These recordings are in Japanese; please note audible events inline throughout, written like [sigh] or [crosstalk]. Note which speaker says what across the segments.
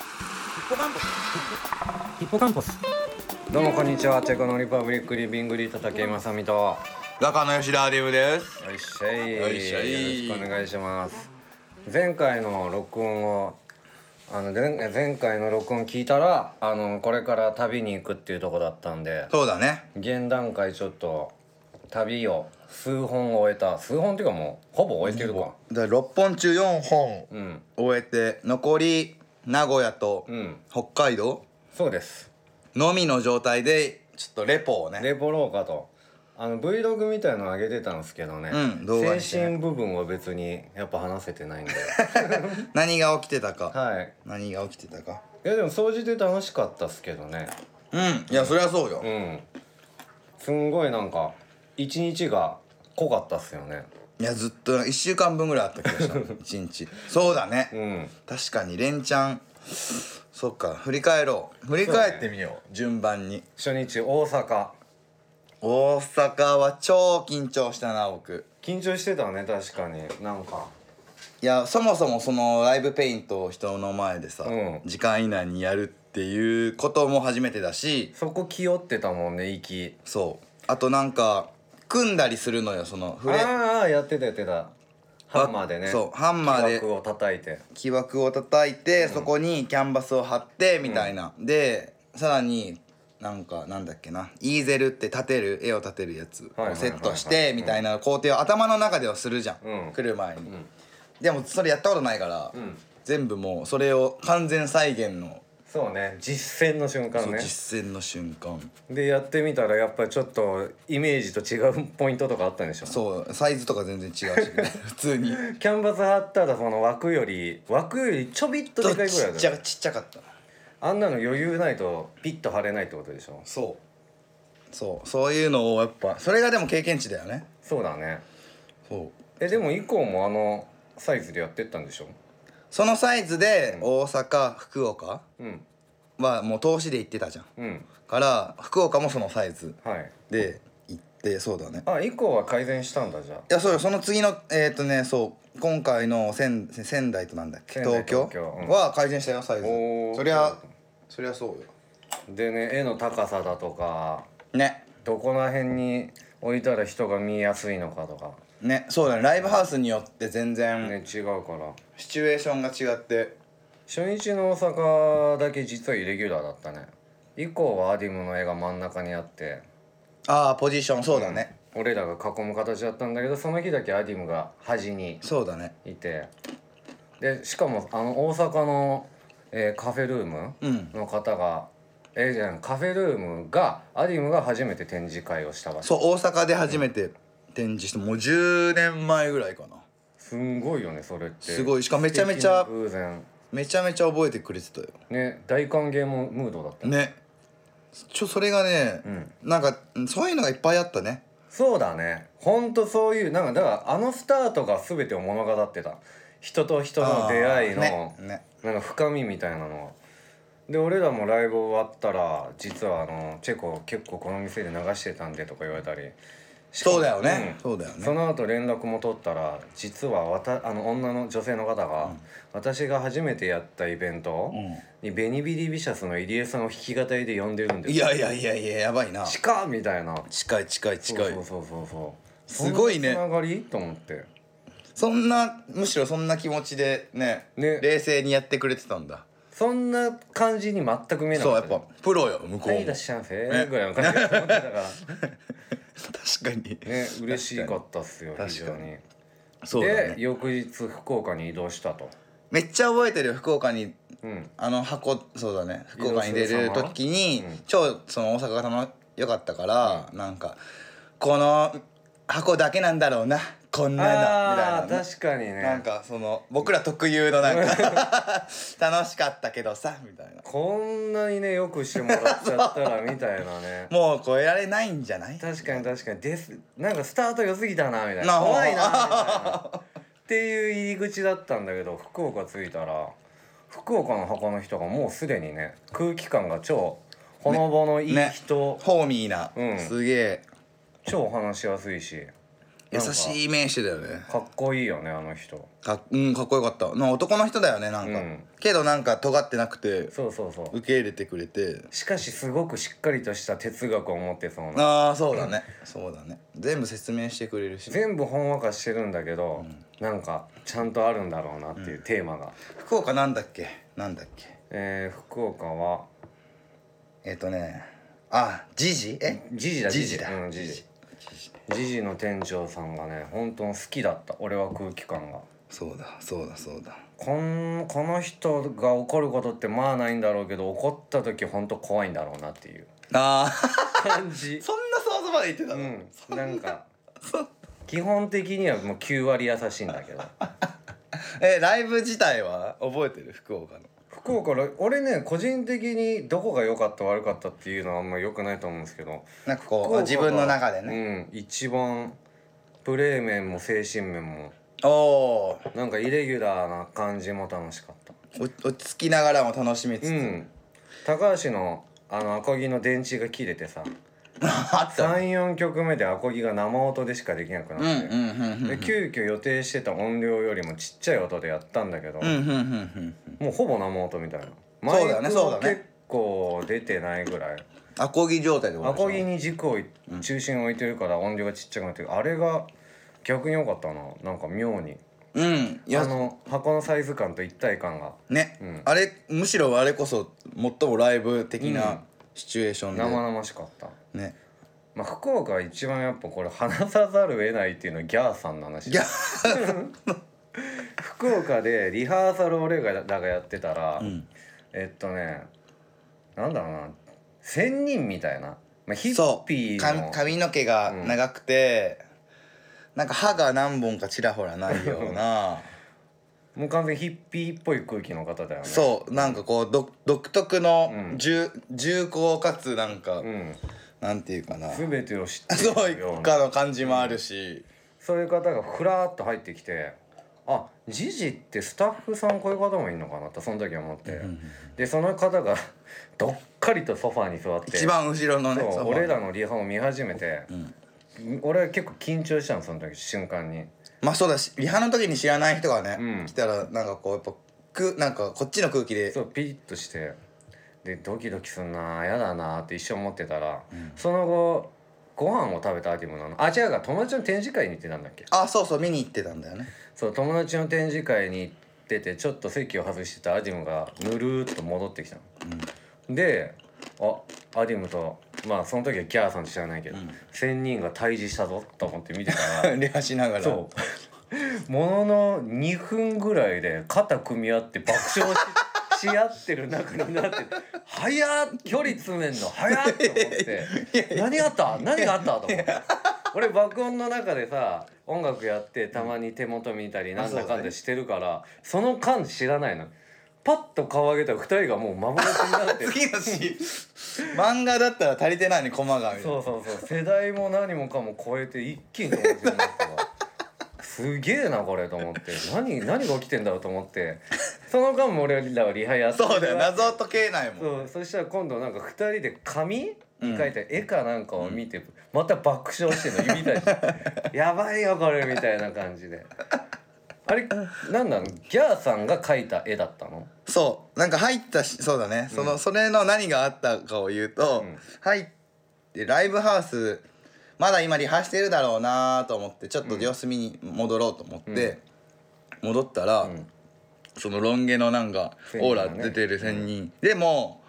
Speaker 1: ッポカンポスヒッポカンポス
Speaker 2: どうもこんにちはチェコのリパブリックリビングリート竹井正美とよ
Speaker 3: 中野吉田アリウです
Speaker 2: っしゃい
Speaker 3: よっしゃい
Speaker 2: よろしくお願いします前回の録音をあの前前回の録音聞いたらあのこれから旅に行くっていうとこだったんで
Speaker 3: そうだね
Speaker 2: 現段階ちょっと旅を数本終えた数本っていうかもうほぼ終えてるか
Speaker 3: で6本中4本
Speaker 2: うん
Speaker 3: 終えて残り名古屋と
Speaker 2: うん
Speaker 3: 北海道
Speaker 2: そうです
Speaker 3: のみの状態でちょっとレポをね
Speaker 2: レポろうかとあの Vlog みたいの上げてたんですけどね、
Speaker 3: うん動画にして
Speaker 2: 精神部分は別にやっぱ話せてないんで
Speaker 3: 何が起きてたか
Speaker 2: はい
Speaker 3: 何が起きてたか
Speaker 2: いやでも掃除で楽しかったっすけどね
Speaker 3: うんいやそりゃそうよ
Speaker 2: うんすんごいなんか一日が濃かったっすよね
Speaker 3: いやずっと1週間分ぐらいあった気が [laughs] した一日そうだ
Speaker 2: う
Speaker 3: ね
Speaker 2: ん
Speaker 3: 確かに連チャンそっか振り返ろう振り返ってみよう順番に
Speaker 2: 初日大阪
Speaker 3: 大阪は超緊張したな僕
Speaker 2: 緊張してたね確かになんか
Speaker 3: いやそもそもそのライブペイントを人の前でさ、
Speaker 2: うん
Speaker 3: 時間以内にやるっていうことも初めてだし
Speaker 2: そこ気負ってたもんね息
Speaker 3: そうあとなんか組んだりするのよそのフレ
Speaker 2: ああやってたやってたハンマーでね
Speaker 3: そうハンマーで
Speaker 2: 木枠を叩いて
Speaker 3: 木枠を叩いて、そこにキャンバスを貼ってみたいな、でさらになんかなんだっけなイーゼルって立てる絵を立てるやつ
Speaker 2: はいはいはいはい
Speaker 3: をセットしてみたいな工程を頭の中ではするじゃん、
Speaker 2: うん
Speaker 3: 来る前に、でもそれやったことないから、
Speaker 2: ん
Speaker 3: 全部もうそれを完全再現の
Speaker 2: そうね実践の瞬間
Speaker 3: そう
Speaker 2: ね
Speaker 3: 実践の瞬間
Speaker 2: でやってみたらやっぱりちょっとイメージと違うポイントとかあったんでしょ
Speaker 3: そうサイズとか全然違うし [laughs] 普通に
Speaker 2: キャンバス貼ったらその枠より枠よりちょびっと
Speaker 3: ち
Speaker 2: で
Speaker 3: っ
Speaker 2: かいぐらい
Speaker 3: ち
Speaker 2: だ
Speaker 3: ゃ
Speaker 2: よ
Speaker 3: ちっちゃかった
Speaker 2: あんなの余裕ないとピッと貼れないってことでしょ
Speaker 3: そうそうそういうのをやっぱそれがでも経験値だよね
Speaker 2: そうだね
Speaker 3: そう
Speaker 2: えでも以降もあのサイズでやってったんでしょ
Speaker 3: そのサイズで大阪、福岡
Speaker 2: うん
Speaker 3: はもう投資で行ってたじゃん
Speaker 2: うん
Speaker 3: から福岡もそのサイズ
Speaker 2: はい
Speaker 3: で行ってそうだね
Speaker 2: あ以降は改善したんだじゃあ
Speaker 3: いやそうよその次のえっ、とねそう今回の仙仙台となんだっけ
Speaker 2: 仙台
Speaker 3: 東京
Speaker 2: 東京うん
Speaker 3: は改善したよサイズ
Speaker 2: おー
Speaker 3: そりゃそりゃそうよ
Speaker 2: でね絵の高さだとか
Speaker 3: ね
Speaker 2: どこら辺に置いたら人が見えやすいのかとか
Speaker 3: ねそうだねライブハウスによって全然、
Speaker 2: ね違うから
Speaker 3: シチュエーションが違って
Speaker 2: 初日の大阪だけ実はイレギュラーだったね以降はアディムの絵が真ん中にあって
Speaker 3: ああポジションそうだね、
Speaker 2: 俺らが囲む形だったんだけどその日だけアディムが端に
Speaker 3: そうだね
Speaker 2: いてでしかもあの大阪の、えーカフェルーム
Speaker 3: うん
Speaker 2: の方が、えーじゃんカフェルームがアディムが初めて展示会をした場所
Speaker 3: そう大阪で初めて展示してもう10年前ぐらいかな
Speaker 2: すんごいよねそれって
Speaker 3: すごいしかもめちゃめちゃ
Speaker 2: 素敵な偶然
Speaker 3: めちゃめちゃ覚えてくれてたよ
Speaker 2: ね大歓迎もムードだった、
Speaker 3: ねちょそれがね、
Speaker 2: うん
Speaker 3: なんかうんそういうのがいっぱいあったね
Speaker 2: そうだねほんとそういうなんかだからあのスタートが全てを物語ってた人と人の出会いの、
Speaker 3: あーねね
Speaker 2: なんか深みみたいなので俺らもライブ終わったら実はあのチェコ結構この店で流してたんでとか言われたりしかも
Speaker 3: そうだよね、
Speaker 2: ん
Speaker 3: そうだよね
Speaker 2: その後連絡も取ったら実はわたあの女の女性の方が、私が初めてやったイベントにベニビリビシャスの入江さんを弾き語りで呼んでるんです
Speaker 3: いやいやいやいややばいな
Speaker 2: しかみたいな
Speaker 3: 近い近い近い
Speaker 2: そうそうそうそう
Speaker 3: すごいね
Speaker 2: そんなつながりと思って
Speaker 3: そんなむしろそんな気持ちでね
Speaker 2: ね
Speaker 3: 冷静にやってくれてたんだ
Speaker 2: そんな感じに全く見えな
Speaker 3: そう
Speaker 2: か
Speaker 3: や
Speaker 2: っ
Speaker 3: ったぱプロよ向こ
Speaker 2: は
Speaker 3: う
Speaker 2: いい
Speaker 3: も
Speaker 2: らっしゃいませぐらいの感じだと思ってたから
Speaker 3: 確かに
Speaker 2: ね嬉しかったっすよ非常
Speaker 3: 確か
Speaker 2: に
Speaker 3: そうだ
Speaker 2: で
Speaker 3: ね
Speaker 2: 翌日福岡に移動したと
Speaker 3: めっちゃ覚えてるよ福岡に
Speaker 2: うん
Speaker 3: あの箱そうだね福岡に出る時に
Speaker 2: うん
Speaker 3: 超その大阪が楽良かったから、なんかこの箱だけなんだろうなこんなのみた
Speaker 2: あ
Speaker 3: いな
Speaker 2: ー
Speaker 3: ね
Speaker 2: 確かに
Speaker 3: なん
Speaker 2: ね
Speaker 3: かその僕ら特有のなん
Speaker 2: [laughs]
Speaker 3: か楽しかったけどさみたいな
Speaker 2: こんなにねよくしてもらっちゃったらみたいな
Speaker 3: [laughs]
Speaker 2: ね
Speaker 3: もう超えられないんじゃない
Speaker 2: 確かに確かにですなんかスタート良すぎたなみたい
Speaker 3: な
Speaker 2: な
Speaker 3: あ
Speaker 2: 怖いなみたいな [laughs] っていう入り口だったんだけど福岡着いたら福岡の箱の人がもうすでにね空気感が超ほのぼのいい
Speaker 3: ね
Speaker 2: 人、
Speaker 3: ホーミーな、
Speaker 2: うん
Speaker 3: すげえ
Speaker 2: 超話しやすいし
Speaker 3: い優しい名詞だよね
Speaker 2: かっこいいよねあの人
Speaker 3: かうんかっこよかったな男の人だよねなんか、
Speaker 2: うん
Speaker 3: けどなんか尖ってなくて
Speaker 2: そうそうそう
Speaker 3: 受け入れてくれて
Speaker 2: しかしすごくしっかりとした哲学を持ってそうな
Speaker 3: ああそうだねそうだね全部説明してくれるし
Speaker 2: 全部ほんわかしてるんだけど、なんかちゃんとあるんだろうなっていうテーマが、
Speaker 3: 福岡なんだっけなんだっけ
Speaker 2: えー福岡は
Speaker 3: えっ、とねあジジえ
Speaker 2: ジジだ
Speaker 3: ジジだ
Speaker 2: うんジジジジの店長さんがね本当に好きだった俺は空気感が
Speaker 3: そうだそうだそうだ
Speaker 2: こんこの人が怒ることってまあないんだろうけど怒った時本当怖いんだろうなっていう
Speaker 3: あ
Speaker 2: 感
Speaker 3: ー [laughs]
Speaker 2: じ
Speaker 3: そんな想像まで言ってた
Speaker 2: う
Speaker 3: の、
Speaker 2: んなんか
Speaker 3: そう
Speaker 2: 基本的にはもう9割優しいんだけど
Speaker 3: えライブ自体は覚えてる福岡の
Speaker 2: 福岡の俺ね個人的にどこが良かった悪かったっていうのはあんま良くないと思うんですけど
Speaker 3: なんかこ
Speaker 2: 福
Speaker 3: う
Speaker 2: 岡が
Speaker 3: 自分の中でね、
Speaker 2: うん一番プレー面も精神面も
Speaker 3: おおー
Speaker 2: なんかイレギュラーな感じも楽しかった
Speaker 3: お落ち着きながらも楽しみつつ、
Speaker 2: うん高橋のあのアコギの電池が切れてさ
Speaker 3: あったね
Speaker 2: 34曲目でアコギが生音でしかできなくなっ
Speaker 3: [laughs] うんうん
Speaker 2: て、
Speaker 3: うんうん
Speaker 2: で急遽予定してた音量よりもちっちゃい音でやったんだけど、
Speaker 3: うんうんうんうんうん
Speaker 2: もうほぼ生音みたいなマイ
Speaker 3: そう
Speaker 2: ク
Speaker 3: だよねそ
Speaker 2: は
Speaker 3: うだね
Speaker 2: 結構出てないぐらい、
Speaker 3: アコギ状態で終わ
Speaker 2: ア
Speaker 3: りま
Speaker 2: コ
Speaker 3: し
Speaker 2: ギ
Speaker 3: た
Speaker 2: に軸をい中心を置いてるから音量がちっちゃくなってるあれが逆に良かったななんか妙に
Speaker 3: うんい
Speaker 2: あ
Speaker 3: や
Speaker 2: の箱のサイズ感と一体感が
Speaker 3: ね、
Speaker 2: うん
Speaker 3: あれむしろあれこそ最もライブ的なシチュエーションで、
Speaker 2: 生々しかった、
Speaker 3: ね
Speaker 2: まあ、福岡は一番やっぱこれ話さざるを得ないっていうのはギャーさんの話
Speaker 3: いや
Speaker 2: [laughs] 福岡でリハーサルを俺らがやってたら、
Speaker 3: ん
Speaker 2: えっとねなんだろうな仙人みたいな、まあ、ヒッ
Speaker 3: そ
Speaker 2: ピ
Speaker 3: う
Speaker 2: ー
Speaker 3: 髪
Speaker 2: の
Speaker 3: 髪の毛が長くて、なんか歯が何本かちらほらないよ
Speaker 2: [laughs]
Speaker 3: うな
Speaker 2: もう完全にヒッピーっぽい空気の方だよね
Speaker 3: そうなんかこうど独特の
Speaker 2: うん
Speaker 3: 重,、重厚かつなんか、
Speaker 2: うん、
Speaker 3: なんていうかな
Speaker 2: 全てを知って
Speaker 3: [laughs] そ
Speaker 2: る
Speaker 3: う
Speaker 2: よう
Speaker 3: か
Speaker 2: な
Speaker 3: の感じもあるし、
Speaker 2: そういう方がふらーっと入ってきてあジジってスタッフさんこういう方もいるのかなってその時思って、でその方が [laughs] どっかりとソファーに座って
Speaker 3: 一番後ろのね
Speaker 2: そ
Speaker 3: そうう
Speaker 2: 俺らのリハを見始めて、俺は結構緊張したのその時瞬間に
Speaker 3: まあそうだしリハの時に知らない人がね、
Speaker 2: うん
Speaker 3: 来たらなんかこうやっぱくなんかこっちの空気で
Speaker 2: そうピリッとしてでドキドキすんなやだなって一生思ってたら、その後ご飯を食べたアティムなのあ違うか友達の展示会に行ってたんだっけ
Speaker 3: あそうそう見に行ってたんだよね
Speaker 2: そう友達の展示会に行っててちょっと席を外してたアディムがぬるーっと戻ってきたの、であアディムとまあその時はギャーさんって知らないけど、仙人が退治したぞと思って見てたら
Speaker 3: [laughs] リハしながら
Speaker 2: そうものの2分ぐらいで肩組み合って爆笑しし合ってる中になって「早っ距離詰めんの早っ!」と思って「何があった何があった?」と思って。俺爆音の中でさ音楽やってたまに手元見たりなんだかんだしてるからそ,、の間知らないのパッと顔上げたら2人がもう幻になって
Speaker 3: 次のシーン [laughs] 漫画だったら足りてないねコマがみたい
Speaker 2: そ
Speaker 3: な
Speaker 2: うそうそう世代も何もかも超えて一気に友達になったわすげえなこれと思って何何が起きてんだろうと思ってその間も俺らはリハやって
Speaker 3: そうだよ謎解けないもん
Speaker 2: そうそしたら今度なんか2人で紙に書いた絵かなんかを見て、また爆笑してるの指た [laughs] して「やばいよこれ」みたいな感じであれなんなのギャーさんが描いた絵だったの
Speaker 3: そうなんか入ったしそうだねその、それの何があったかを言うと、
Speaker 2: ん
Speaker 3: 入ってライブハウスまだ今リハしてるだろうなと思ってちょっと様子見に戻ろうと思って、戻ったら、
Speaker 2: ん
Speaker 3: そのロン毛のなんか
Speaker 2: 仙
Speaker 3: オー
Speaker 2: 人だ
Speaker 3: ラ
Speaker 2: ね
Speaker 3: 出てる仙人、でも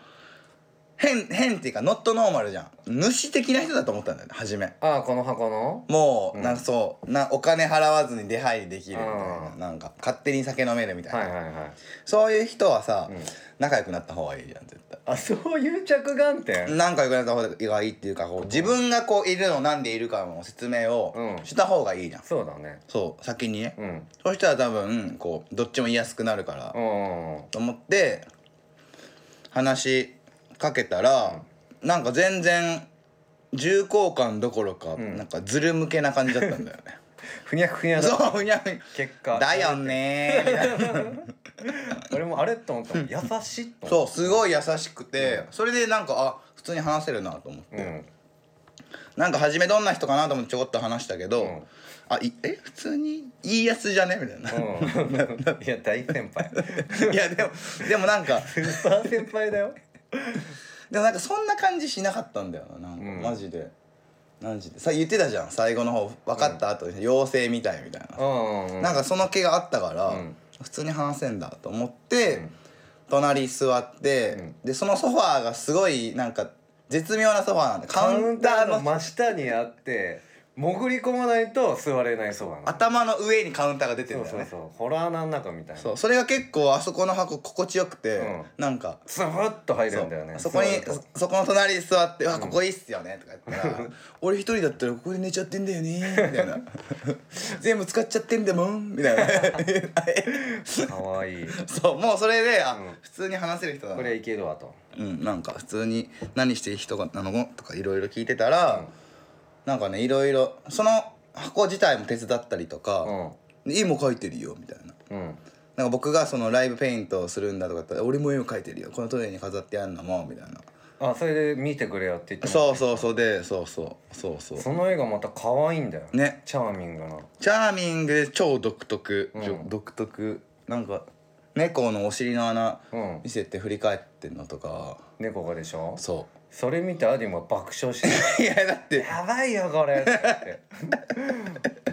Speaker 3: 変変っていうかノットノーマルじゃん主的な人だと思ったんだよね初め
Speaker 2: ああこの箱の
Speaker 3: もう、
Speaker 2: うん
Speaker 3: なんかそうなお金払わずに出入りできるみたいな
Speaker 2: あー
Speaker 3: なんか勝手に酒飲めるみたいな、
Speaker 2: はいはいはい
Speaker 3: そういう人はさ、
Speaker 2: うん
Speaker 3: 仲良くなった方がいいじゃん絶対
Speaker 2: あそういう着眼点
Speaker 3: 仲良くなった方がいいっていうかこう自分がこういるのなんでいるかの説明を
Speaker 2: うん
Speaker 3: した方がいいじゃん、
Speaker 2: そうだね
Speaker 3: そう先にね、
Speaker 2: うん
Speaker 3: そしたら多分こうどっちも言いやすくなるから、
Speaker 2: うん
Speaker 3: と思って話しかけたら、なんか全然重厚感どころか、
Speaker 2: ん
Speaker 3: なんかずる向けな感じだったん
Speaker 2: [laughs]
Speaker 3: だよね
Speaker 2: ふにゃふにゃだ
Speaker 3: そうふにゃふにゃ
Speaker 2: 結果
Speaker 3: だよねーみ
Speaker 2: [laughs]
Speaker 3: たいな
Speaker 2: 俺もあれと思ったもん優しいと思
Speaker 3: そ
Speaker 2: っ
Speaker 3: うすごい優しくて、それでなんかあ普通に話せるなと思って、
Speaker 2: たうん
Speaker 3: なんか初めどんな人かなと思ってちょこっと話したけど、
Speaker 2: うん
Speaker 3: あいえ普通にいいやつじゃねみたいな、
Speaker 2: うん、いや大先輩
Speaker 3: いやでもでもなんか
Speaker 2: スーパー先輩だよ
Speaker 3: でもなんかそんな感じしなかったんだよななんか、
Speaker 2: うん
Speaker 3: マジでマジでさ言ってたじゃん最後の方分かった後、妖精みたいみたいな、
Speaker 2: うん、うん、
Speaker 3: なんかその気があったから、
Speaker 2: うん
Speaker 3: 普通に話せんだと思って、
Speaker 2: ん
Speaker 3: 隣座って、でそのソファーがすごいなんか絶妙なソファーなんで
Speaker 2: カ
Speaker 3: カウ
Speaker 2: ウ
Speaker 3: ン
Speaker 2: ン
Speaker 3: タ
Speaker 2: タ
Speaker 3: ー
Speaker 2: ー
Speaker 3: の
Speaker 2: の真下にあって潜り込まないと座れないそうなの
Speaker 3: 頭の上にカウンターが出てる
Speaker 2: そ
Speaker 3: ん
Speaker 2: う
Speaker 3: だよ
Speaker 2: そう
Speaker 3: ね
Speaker 2: そうホラー穴の中みたいな
Speaker 3: そうそれが結構あそこの箱心地よくて、
Speaker 2: うん
Speaker 3: なんか
Speaker 2: スーッと入
Speaker 3: そ
Speaker 2: る
Speaker 3: うん
Speaker 2: だよね
Speaker 3: そこに
Speaker 2: 座る
Speaker 3: そそこの隣に座って「うわここいいっすよね」とか言ったら「俺一人だったらここで寝ちゃってんだよね」みたい
Speaker 2: [laughs]
Speaker 3: な「全部使っちゃってんだもん」みたいな
Speaker 2: とかわいい
Speaker 3: そうもうそれであ、
Speaker 2: うん
Speaker 3: 普通に話せる人だな
Speaker 2: これいけるわと
Speaker 3: うん、なんか普通に何してる人なのとかいろいろ聞いてたら、
Speaker 2: うん
Speaker 3: なんかねいろいろその箱自体も手伝ったりと
Speaker 2: う
Speaker 3: か
Speaker 2: ん
Speaker 3: 「絵も描いてるよ」みたいな。
Speaker 2: うん
Speaker 3: なんか僕がそのライブペイントをするんだとかだったら俺も絵を描いてるよこのトイレに飾ってやんのもみたいな
Speaker 2: あそれで見てくれよって言っても
Speaker 3: そうそうそうでそうそうそうそう
Speaker 2: その絵がまた可愛いんだよ
Speaker 3: ね
Speaker 2: チャーミングな
Speaker 3: チャーミングで超独特、
Speaker 2: うん
Speaker 3: じょ独特なんか猫のお尻の穴
Speaker 2: うん
Speaker 3: 見せて振り返ってんのとか、
Speaker 2: 猫がでしょ
Speaker 3: そ
Speaker 2: それ見てアディも爆笑してる
Speaker 3: う [laughs] いやだって
Speaker 2: やばいよこれって言って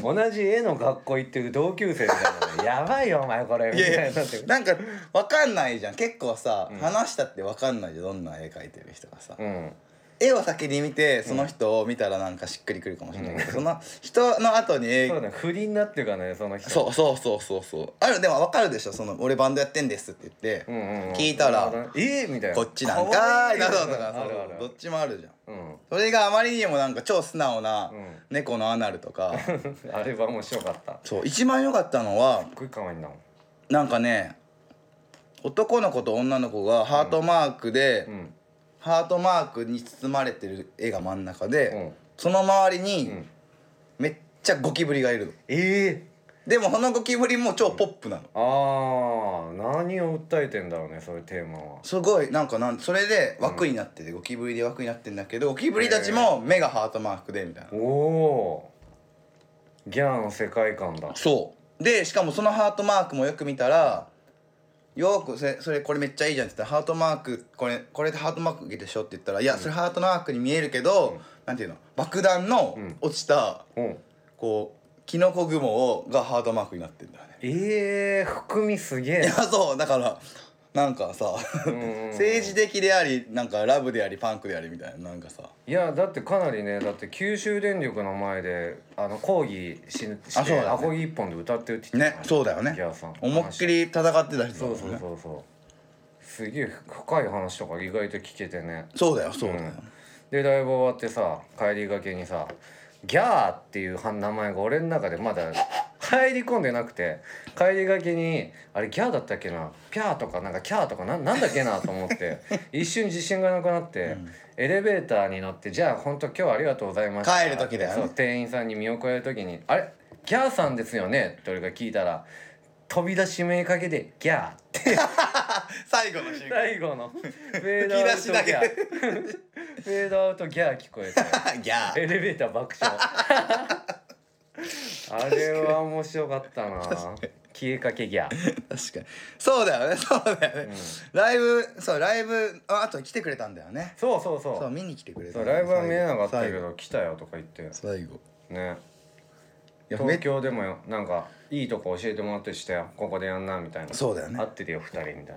Speaker 2: [laughs] 同じ絵の学校行ってる同級生みたいなのにやばいよお前これみ
Speaker 3: い
Speaker 2: たい
Speaker 3: やい
Speaker 2: にな
Speaker 3: や
Speaker 2: って
Speaker 3: なんかわかんないじゃん結構さ、話したってわかんないじゃんどんな絵描いてる人がさ、
Speaker 2: うん
Speaker 3: 絵を先に見てその人を見たらなんかしっくりくるかもしれないけど、その人の後に絵
Speaker 2: そうだね不倫になってるからねその人
Speaker 3: そうそうそうそうそうあるでもわかるでしょその俺バンドやってんですって言って、
Speaker 2: うんうんうん
Speaker 3: 聞いた
Speaker 2: なる
Speaker 3: ら
Speaker 2: ほどねえーみたいな
Speaker 3: こっちなんかーいなど
Speaker 2: 可
Speaker 3: とか
Speaker 2: 愛い
Speaker 3: そ
Speaker 2: あるあ
Speaker 3: う
Speaker 2: る
Speaker 3: どっちもあるじゃ
Speaker 2: う
Speaker 3: ん
Speaker 2: ん
Speaker 3: それがあまりにもなんか超素直な
Speaker 2: うん [laughs]
Speaker 3: 猫のアナルと [laughs] か
Speaker 2: あれは面白かった
Speaker 3: そう一番良かったのは
Speaker 2: すっごい可愛いんだもん
Speaker 3: なんかね男の子と女の子がハートマークで、
Speaker 2: うん
Speaker 3: ハートマークに包まれてる絵が真ん中で、
Speaker 2: うん
Speaker 3: その周りに
Speaker 2: ん
Speaker 3: めっちゃゴキブリがいるの
Speaker 2: ええ
Speaker 3: でもそのゴキブリも超ポップなの、
Speaker 2: あー何を訴えてんだろうねそういうテーマは
Speaker 3: すごいなんかなんそれで枠になってて、ゴキブリで枠になってんだけどゴキブリたちも目がハートマークでみたいな、
Speaker 2: おおーギャンの世界観だ
Speaker 3: そうでしかもそのハートマークもよく見たらよーくそれそれこれめっちゃいいじゃんって言ったらハートマークこれこれでハートマークでしょって言ったらいやそれハートマークに見えるけど、なんていうの爆弾の
Speaker 2: ん
Speaker 3: 落ちた、
Speaker 2: うん
Speaker 3: こうキノコ雲をがハートマークになってんだよね [laughs]
Speaker 2: ええ含みすげえ
Speaker 3: いや
Speaker 2: な
Speaker 3: そうだからなんかさ [laughs] 政治的でありなんかラブでありパンクでありみたいななんかさ
Speaker 2: いやだってかなりねだって九州電力の前であの抗議しして
Speaker 3: あそうだね
Speaker 2: アコギ一本で歌ってるって言って
Speaker 3: ね
Speaker 2: た
Speaker 3: そうだよね
Speaker 2: ギャーさん
Speaker 3: 思いっきり戦ってた人だ
Speaker 2: そ
Speaker 3: もん
Speaker 2: う
Speaker 3: ね
Speaker 2: そうそうそうすげえ深い話とか意外と聞けてね
Speaker 3: そうだよそうだよ、
Speaker 2: でライブ終わってさ帰りがけにさ「ギャー」っていうは名前が俺の中でまだ入り込んでなくて帰りがけに「あれギャーだったっけなピャー」とかなんか「キャー」とかななんだっけなと思って一瞬自信がなくなって、エレベーターに乗って「じゃあ本当今日はありがとうございました」
Speaker 3: 帰る時だよね
Speaker 2: そう店員さんに見送られる時に「あれギャーさんですよね?」って俺が聞いたら飛び出し目かけて「ギャー」って。
Speaker 3: 最後の瞬間
Speaker 2: 最後のフェードアウトギャーフェードアウトギャー聞こえて
Speaker 3: [laughs] ギャー
Speaker 2: エレベーター爆
Speaker 3: [laughs]
Speaker 2: 笑あれは面白かったな消えかけギャー
Speaker 3: 確かにそうだよね [laughs] そうだよね、ライブそうライブああと来てくれたんだよね
Speaker 2: そうそうそう
Speaker 3: そう見に来てくれた
Speaker 2: そ
Speaker 3: ん
Speaker 2: う
Speaker 3: だ
Speaker 2: ラ
Speaker 3: よ
Speaker 2: イブは見えなかったけ
Speaker 3: 最後
Speaker 2: ど来たよとか言って
Speaker 3: 最後
Speaker 2: ね
Speaker 3: いやめ
Speaker 2: 東京でもよなんかいいとこ教えてもらってしたよここでやんなみたいな
Speaker 3: そうだよね
Speaker 2: 合ってるよ二人みたいな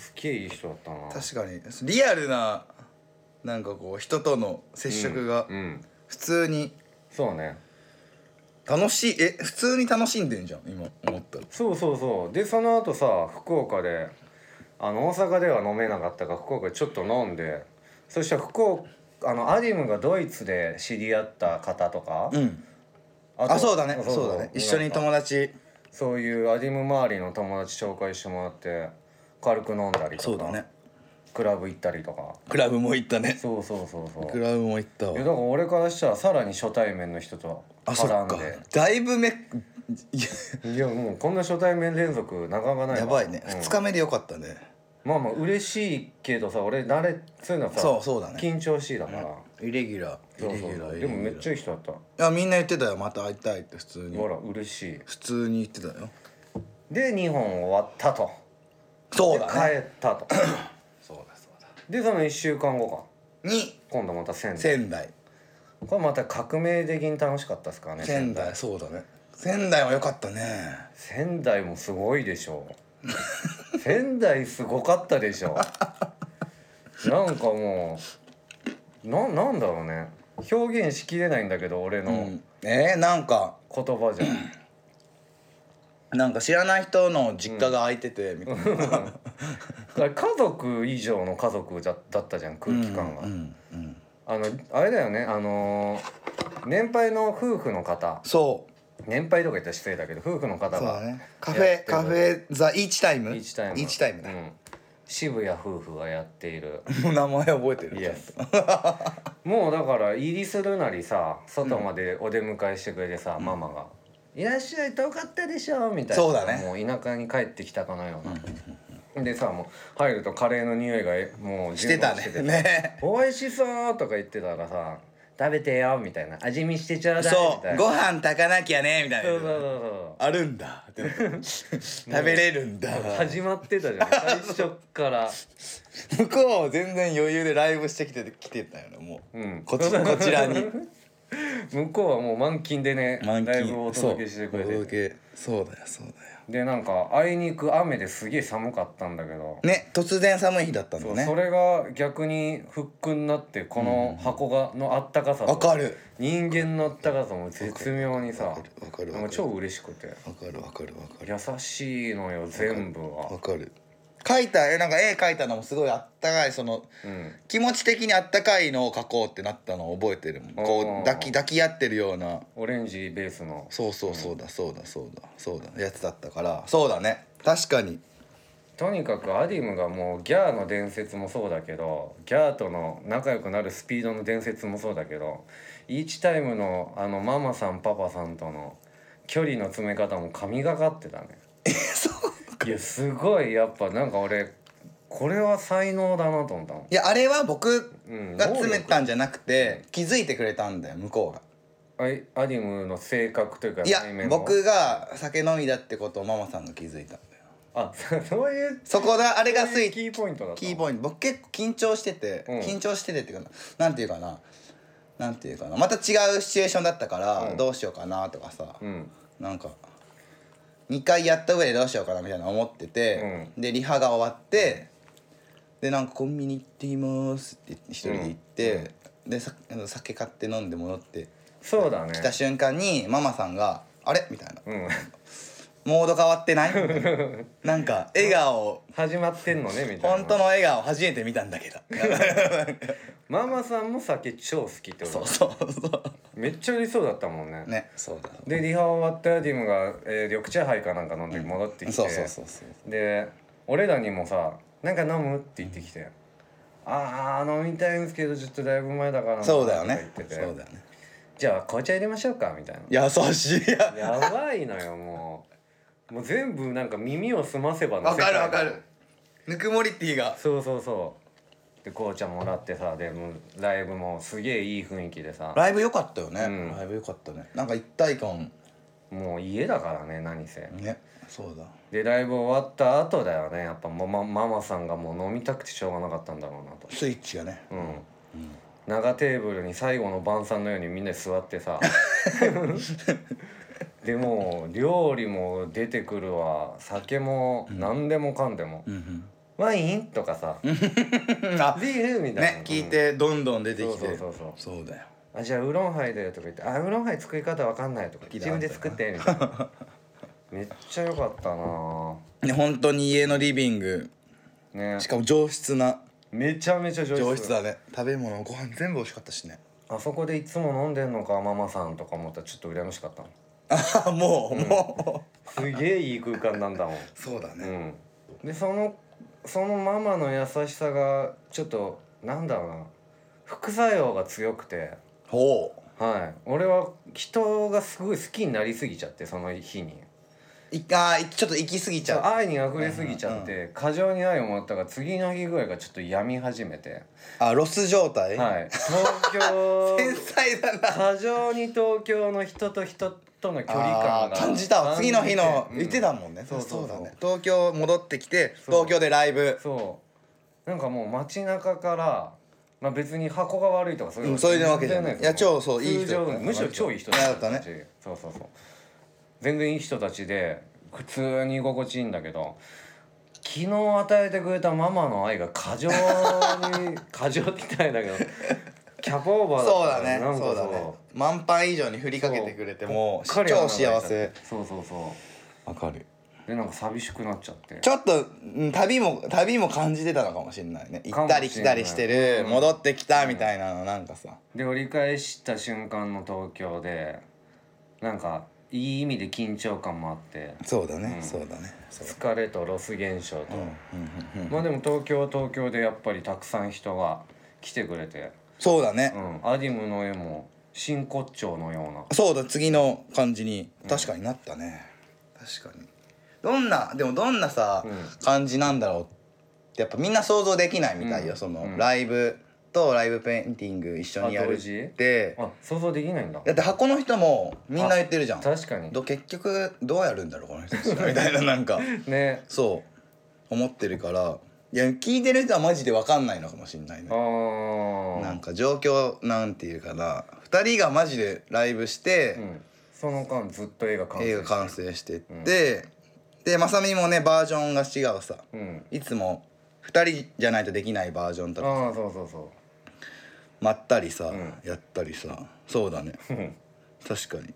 Speaker 2: すっげえいい人だったな
Speaker 3: 確かにリアルななんかこう人との接触が
Speaker 2: うん
Speaker 3: 普通に
Speaker 2: そうね
Speaker 3: 楽しいえ普通に楽しんでんじゃん今思ったら
Speaker 2: そうそうそうでその後さ福岡であの大阪では飲めなかったから福岡でちょっと飲んでそしたら福岡あのアディムがドイツで知り合った方とか、
Speaker 3: うん
Speaker 2: あと
Speaker 3: あそうだねそうだね一緒に友達
Speaker 2: そういうアディム周りの友達紹介してもらって軽く飲んだりとか
Speaker 3: そうだね
Speaker 2: クラブ行ったりとか
Speaker 3: クラブも行ったね
Speaker 2: そうそうそうそう
Speaker 3: クラブも行った
Speaker 2: いや
Speaker 3: わ
Speaker 2: だから俺からしたらさらに初対面の人と
Speaker 3: あそっ
Speaker 2: 絡
Speaker 3: か
Speaker 2: んで
Speaker 3: だいぶめいや
Speaker 2: いやもうこんな初対面連続なかなかないわ
Speaker 3: やばいね
Speaker 2: うん
Speaker 3: 2日目でよかったね
Speaker 2: まあまあ嬉しいけどさ俺慣れそういうのはさ
Speaker 3: そうそうだね
Speaker 2: 緊張しいだから、
Speaker 3: イレギュラー
Speaker 2: そう
Speaker 3: イレ
Speaker 2: そ
Speaker 3: ギ
Speaker 2: う
Speaker 3: ュ
Speaker 2: そ
Speaker 3: ラ
Speaker 2: う
Speaker 3: ー
Speaker 2: でもめっちゃいい人だった
Speaker 3: ゃいやみんな言ってたよまた会いたいって普通に
Speaker 2: ほら嬉しい
Speaker 3: 普通に言ってたよ
Speaker 2: で2本終わったと
Speaker 3: そう
Speaker 2: で
Speaker 3: だね
Speaker 2: 帰ったと
Speaker 3: そうだそうだ
Speaker 2: でその1週間後か
Speaker 3: に
Speaker 2: 今度また仙台
Speaker 3: 仙台
Speaker 2: これまた革命的に楽しかったですからね
Speaker 3: 仙台そうだね仙台は良かったね
Speaker 2: 仙台もすごいでしょ
Speaker 3: [laughs]
Speaker 2: 仙台すごかったでしょなんかもうななんだろうね表現しきれないんだけど俺
Speaker 3: う
Speaker 2: の
Speaker 3: んえー、なんか
Speaker 2: 言葉
Speaker 3: [laughs]
Speaker 2: じゃ、
Speaker 3: なんか知らない人の実家が空いててみたいな [laughs]
Speaker 2: だから家族以上の家族じゃだったじゃん空気感が、
Speaker 3: うんうん
Speaker 2: あのあれだよねあのー年配の夫婦の方
Speaker 3: そう
Speaker 2: 年配とか言ったら失礼だけど夫婦の方
Speaker 3: そうだ
Speaker 2: が
Speaker 3: ねカフェカフェザイーチタイム
Speaker 2: イーチタイム
Speaker 3: イーチタイムだ
Speaker 2: う、ん、渋谷夫婦がやっている
Speaker 3: もう名前覚えてる
Speaker 2: イエス [laughs] もうだから入りするなりさ外までお出迎えしてくれてさ、ママが「いらっしゃい遠かったでしょ」みたいな
Speaker 3: そうだね
Speaker 2: もう田舎に帰ってきたかのようなでさもう入るとカレーの匂いがえもう
Speaker 3: してた
Speaker 2: 充満 [laughs]
Speaker 3: ねね
Speaker 2: 美味しそうとか言ってたらさ「食べてよ」みたいな「味見してちょうだい」み
Speaker 3: そ
Speaker 2: たいうな
Speaker 3: ご飯炊かなきゃねみたい
Speaker 2: そうそう
Speaker 3: な
Speaker 2: そうそう
Speaker 3: あるんだって食べれるんだ
Speaker 2: 始まってたじゃん最初っから
Speaker 3: [laughs] 向こう全然余裕でライブしてきて来てたよねもう、
Speaker 2: うん
Speaker 3: こっちこちらに
Speaker 2: 向こうはもう満勤でね
Speaker 3: 満
Speaker 2: ライブをお
Speaker 3: 勤そう
Speaker 2: 届けしてくれ
Speaker 3: お
Speaker 2: て
Speaker 3: 届けそうだよそうだよ
Speaker 2: でなんかあいにく雨ですげえ寒かったんだけど、
Speaker 3: ね突然寒い日だったんだ
Speaker 2: そ
Speaker 3: ね
Speaker 2: れが逆にフックになってこの箱がのあったかさ
Speaker 3: わ
Speaker 2: と
Speaker 3: かる
Speaker 2: 人間のあったかさも絶妙にさ
Speaker 3: わかるわかる
Speaker 2: なんか超嬉しくて
Speaker 3: わかるわかるわかる
Speaker 2: 優しいのよ全部は
Speaker 3: わかる描いた絵なんか絵描いたのもすごいあったかいその
Speaker 2: うん
Speaker 3: 気持ち的にあったかいのを描こうってなったのを覚えてるもん
Speaker 2: うんうんう
Speaker 3: こ
Speaker 2: ん
Speaker 3: う抱き抱き合ってるような
Speaker 2: オレンジベースの
Speaker 3: そうそうそうだそうだそうだそうだやつだったからそうだね確かに
Speaker 2: とにかくアディムがもうギャーの伝説もそうだけどギャーとの仲良くなるスピードの伝説もそうだけどイーチタイムのあのママさんパパさんとの距離の詰め方も神がかってたねいやすごいやっぱなんか俺これは才能だなと思ったもん
Speaker 3: いやあれは僕
Speaker 2: うん
Speaker 3: が詰めたんじゃなくて気づいてくれたんだよ向こうが。
Speaker 2: アイアディムの性格というか
Speaker 3: いや
Speaker 2: 内面を
Speaker 3: 僕が酒飲みだってことをママさんが気づいたんだよ
Speaker 2: あ [laughs] そういう
Speaker 3: そこだあれがスイッチ
Speaker 2: キーポイントだった
Speaker 3: キーポイント僕結構緊張してて、
Speaker 2: うん
Speaker 3: 緊張しててっていうかななんていうかななんていうかなまた違うシチュエーションだったから、
Speaker 2: うん
Speaker 3: どうしようかなとかさ、
Speaker 2: うん
Speaker 3: なんか2回やった上でどうしようかなみたいな思ってて、でリハが終わって、でなんかコンビニ行っていますって一人で行って、でさあの酒買って飲んで戻って
Speaker 2: そうだね
Speaker 3: 来た瞬間にママさんが「あれ?」みたいな
Speaker 2: うん
Speaker 3: 「モード変わってない?」みたいななんか笑顔
Speaker 2: 始まってんのねみたいな
Speaker 3: 本当の笑顔初めて見たんだけど
Speaker 2: ママさんも酒超好きってこと
Speaker 3: そうそうそ
Speaker 2: めっちゃ理想だったもんね
Speaker 3: うねそうだ
Speaker 2: でリハ終わったアディムが、えー緑茶杯かなんか飲んで戻ってきて、
Speaker 3: そうそうそうそう
Speaker 2: で俺らにもさ「なんか飲む?」って言ってきて「ああ飲みたいんですけどちょっとだいぶ前だからな」
Speaker 3: そうだよ
Speaker 2: とか
Speaker 3: ね
Speaker 2: 言って
Speaker 3: そうだ
Speaker 2: て
Speaker 3: よね
Speaker 2: じゃあ紅茶入れましょうか」みたいな
Speaker 3: 優しいや
Speaker 2: やばいのよもうもう全部なんか耳を澄ませばの
Speaker 3: わかるわか
Speaker 2: 世界
Speaker 3: るぬくもりティが
Speaker 2: そうそうそうで紅茶もらってさでもうライブもすげえいい雰囲気でさ
Speaker 3: ライブ良かったよね、
Speaker 2: うん
Speaker 3: ライブ良かったねなんか一体感
Speaker 2: もう家だからね何せ、
Speaker 3: ねそうだ
Speaker 2: でライブ終わった後だよねやっぱママママさんがもう飲みたくてしょうがなかったんだろうなと
Speaker 3: スイッチがね
Speaker 2: うん、長テーブルに最後の晩餐のようにみんなで座って
Speaker 3: [laughs]
Speaker 2: さでもう料理も出てくるわ酒も何でもかんでも、
Speaker 3: うん
Speaker 2: ワインとかさビ
Speaker 3: うんあ
Speaker 2: ールみたいな
Speaker 3: ね聞いてどんどん出てきて
Speaker 2: そうそうそう
Speaker 3: そうだよ
Speaker 2: あじゃあウーロンハイでとか言って「あウーロンハイ作り方わかんない」とか
Speaker 3: きだ
Speaker 2: 自分で作ってみたいな
Speaker 3: [laughs]
Speaker 2: めっちゃ良かったな
Speaker 3: ね本当に家のリビング
Speaker 2: ぁね
Speaker 3: しかも上質な
Speaker 2: めちゃめちゃ上質
Speaker 3: 上質だね食べ物ご飯全部美味しかった
Speaker 2: [laughs]
Speaker 3: しね
Speaker 2: あそこでいつも飲んでんのかママさんとか思ったらちょっと羨ましかったもん
Speaker 3: ああもう、も
Speaker 2: すげえいい空間なんだもん
Speaker 3: うそうだ
Speaker 2: う
Speaker 3: ね、
Speaker 2: んでそのそのママの優しさがちょっとなんだろうな副作用が強くて
Speaker 3: ほう
Speaker 2: はい俺は人がすごい好きになりすぎちゃってその日に
Speaker 3: いあーいちょっと行き過ぎち
Speaker 2: ちょっ
Speaker 3: ゃ
Speaker 2: と愛に溢れすぎちゃって過剰に愛をもらったが次の日ぐらいがちょっと病み始めて
Speaker 3: うあロス状態、
Speaker 2: はい東 [laughs] 京
Speaker 3: 天才だな
Speaker 2: 過剰に東京の人と人との距離感
Speaker 3: あー
Speaker 2: が
Speaker 3: 感じたわ次の日の
Speaker 2: うん
Speaker 3: 言ってたもんね、
Speaker 2: そうそうそう
Speaker 3: だね東京戻ってきて
Speaker 2: そう
Speaker 3: 東京でライブ
Speaker 2: そうなんかもう街中からまあ別に箱が悪いとかそういう
Speaker 3: うんそういうわけじゃない
Speaker 2: 全然です
Speaker 3: いや超そういい人
Speaker 2: 通常
Speaker 3: だったね
Speaker 2: むしろ超いい人
Speaker 3: いやだった
Speaker 2: ねそうそうそう全然いい人たちで普通に居心地いいんだけど昨日与えてくれたママの愛が過
Speaker 3: [laughs]
Speaker 2: 剰に過剰って言ったらあれだけどキャパオーバー
Speaker 3: そう
Speaker 2: ったか
Speaker 3: だ
Speaker 2: ら
Speaker 3: ね
Speaker 2: なんか
Speaker 3: そうだね満杯以上に振りかけてくれてもう
Speaker 2: そう
Speaker 3: 超幸せ
Speaker 2: そうそうそ
Speaker 3: わかる
Speaker 2: うでなんか寂しくなっちゃって
Speaker 3: ちょっとうん旅も旅も感じてたのかもしれないね行ったり来たりして
Speaker 2: か
Speaker 3: る
Speaker 2: もしれないうん
Speaker 3: 戻ってきたみたいなのなんかさ
Speaker 2: で折り返した瞬間の東京でなんかいい意味で緊張感もあって
Speaker 3: そうだね、
Speaker 2: うん
Speaker 3: そうだねそう
Speaker 2: 疲れとロス現象と、
Speaker 3: うんうんうんうん
Speaker 2: まあでも東京は東京でやっぱりたくさん人が来てくれて、
Speaker 3: そうだね
Speaker 2: う、ん、アディムの絵も真骨頂のような
Speaker 3: そうだ次の感じに確かになったね、確かにどんなでもどんなさ、
Speaker 2: うん
Speaker 3: 感じなんだろうってやっぱみんな想像できないみたいよ、
Speaker 2: うん
Speaker 3: その、
Speaker 2: うん
Speaker 3: ライブとライブペインティング一緒にやるって
Speaker 2: あ想像できないんだ
Speaker 3: だって箱の人もみんな言ってるじゃん
Speaker 2: 確かに
Speaker 3: ど結局どうやるんだろうこの人た
Speaker 2: [laughs]
Speaker 3: ちはみたいななんか
Speaker 2: ね
Speaker 3: そう思ってるからいや聞いてる人はマジで分かんないのかもしんないね
Speaker 2: あー
Speaker 3: なんか状況なんていうかな2人がマジでライブして、
Speaker 2: うん、その間ずっと映画完成
Speaker 3: 映画完成してって、でまさみもねバージョンが違うさ
Speaker 2: うん
Speaker 3: いつも2人じゃないとできないバージョンとか
Speaker 2: ああそうそうそ
Speaker 3: まったりさ、
Speaker 2: ん
Speaker 3: やったりさそうだね
Speaker 2: うん
Speaker 3: 確かに、
Speaker 2: う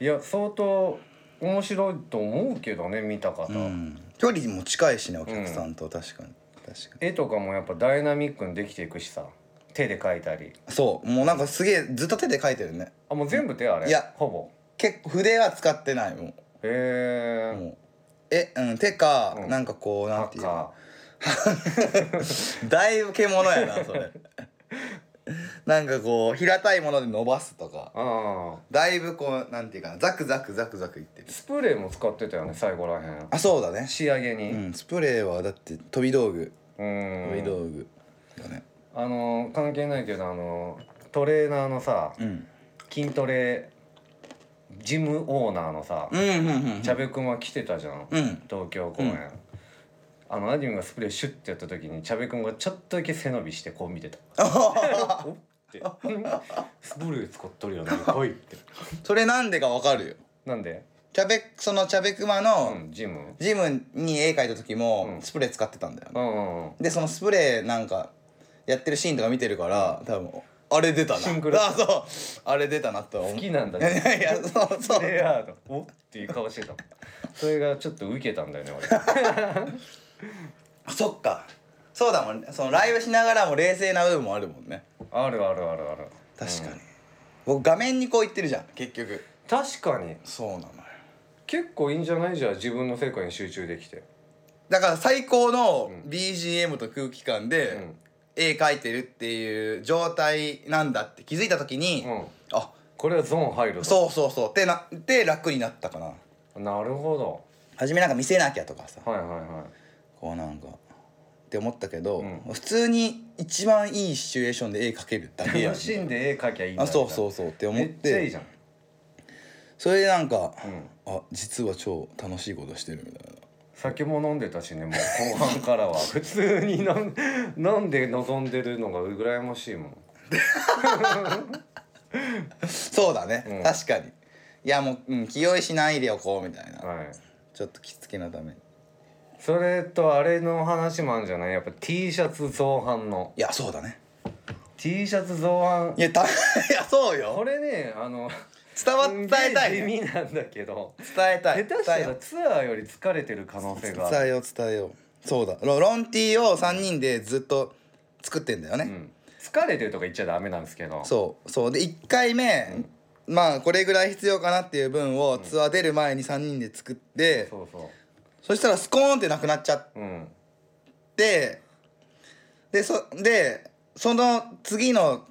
Speaker 2: いや相当面白いと思うけどね見た方、
Speaker 3: うん、距離も近いしねお客さんと確かに確か
Speaker 2: 絵とかもやっぱダイナミックにできていくしさ手で描いたり
Speaker 3: にそうもうなんかすげえずっと手で描いてるね
Speaker 2: あもう全部手あれ
Speaker 3: いや
Speaker 2: ほぼ
Speaker 3: 結構筆は使ってないも
Speaker 2: へ
Speaker 3: う
Speaker 2: え
Speaker 3: もうえうん手か、
Speaker 2: うん
Speaker 3: なんかこう
Speaker 2: ー、
Speaker 3: な
Speaker 2: なんん
Speaker 3: ていうの
Speaker 2: か
Speaker 3: だいぶ獣やな
Speaker 2: [laughs]
Speaker 3: それなんかこう平たいもので伸ばすとか
Speaker 2: ああ
Speaker 3: だいぶこうなんていうかなザクザクザクザクいってる
Speaker 2: スプレーも使ってたよね最後らへん
Speaker 3: あそうだね
Speaker 2: 仕上げ
Speaker 3: う
Speaker 2: に
Speaker 3: んスプレーはだって飛び道具
Speaker 2: うん
Speaker 3: 飛び道具だね
Speaker 2: あのー関係ないけどあのートレーナーのさ
Speaker 3: うん
Speaker 2: 筋トレジムオーナーのさ
Speaker 3: うんうんうん
Speaker 2: チャベ君は来てたじゃん
Speaker 3: うん
Speaker 2: 東京公演、あのアニメがスプレーシュッてやった時にチャベ君がちょっとだけ背伸びしてこう見てた「おっ?」て「スプレー使っとるよね来い」って
Speaker 3: それなんでかわかるよ
Speaker 2: なんで、
Speaker 3: チャベそのチャベクマ
Speaker 2: う
Speaker 3: の
Speaker 2: ん、ジム
Speaker 3: ジムに絵描いた時
Speaker 2: う
Speaker 3: も
Speaker 2: ん
Speaker 3: スプレー使ってたんだよ、
Speaker 2: うんうんうん
Speaker 3: でそのスプレーなんかやってるシーンとか見てるから多分あれ出たな
Speaker 2: シンクロ
Speaker 3: あそうあれ出たなとは思
Speaker 2: 好
Speaker 3: [laughs] うい
Speaker 2: きなんだ
Speaker 3: やい
Speaker 2: ね
Speaker 3: やいやそうそう
Speaker 2: レアードおっていう顔してたもんそれがちょっとウケたんだよね俺
Speaker 3: そっかそうだもんねそのライブしながらも冷静な部分もあるもんね
Speaker 2: あるあるあるある
Speaker 3: 確かに、
Speaker 2: うん
Speaker 3: 僕画面にこう言ってるじゃん結局
Speaker 2: 確かに
Speaker 3: そうなのよ
Speaker 2: 結構いいんじゃないじゃあ自分の成果に集中できて
Speaker 3: だから最高の
Speaker 2: う
Speaker 3: BGM と空気感
Speaker 2: う
Speaker 3: で
Speaker 2: ん
Speaker 3: 絵描いてるっていう状態なんだって気づいた時に、
Speaker 2: うん
Speaker 3: あ
Speaker 2: これはゾーン入るぞ
Speaker 3: そうそうそうってなって楽になったかな
Speaker 2: なるほ
Speaker 3: 初めなんか見せなきゃとかさ
Speaker 2: どはいはいはい
Speaker 3: こうなんかって思ったけど、
Speaker 2: うん
Speaker 3: 普通に一番いいシチュエーションで絵描けるだけやん
Speaker 2: 楽しんで絵描きゃいいんだ
Speaker 3: あそうそううそうって思
Speaker 2: め
Speaker 3: っ
Speaker 2: っちゃいい
Speaker 3: て
Speaker 2: じゃん
Speaker 3: それでなんか、
Speaker 2: うん
Speaker 3: あ実は超楽しいことしてるみたいな
Speaker 2: 酒も飲んでたしねもう後半
Speaker 3: [laughs]
Speaker 2: からは普通に飲ん飲んで臨んでるのが羨ましいもん
Speaker 3: そうだね、
Speaker 2: うん
Speaker 3: 確かにいやもう、うん、気負いしないでおこうみたいな、
Speaker 2: はい
Speaker 3: ちょっと着付けのために
Speaker 2: それとあれの話もあるんじゃないやっぱ T シャツ造反の
Speaker 3: いやそうだね
Speaker 2: T シャツ造反
Speaker 3: いやた [laughs] いやそ
Speaker 2: こ
Speaker 3: うよ
Speaker 2: れねあの
Speaker 3: 伝わ伝えたい
Speaker 2: すん
Speaker 3: 伝
Speaker 2: げえ地味なんだけど
Speaker 3: えた
Speaker 2: 下
Speaker 3: い
Speaker 2: 手したらツアーより疲れてる可能性があ
Speaker 3: 伝
Speaker 2: る
Speaker 3: えよう伝えようそうだロロンティーを3人でずっと作ってんだよね、
Speaker 2: うん疲れてるとか言っちゃダメなんですけど
Speaker 3: そうそうで1回目、まあこれぐらい必要かなっていう分をツアー出る前に3人で作って、
Speaker 2: そうそ
Speaker 3: そしたらスコーンってなくなっちゃっ
Speaker 2: ううん
Speaker 3: てでそでその次の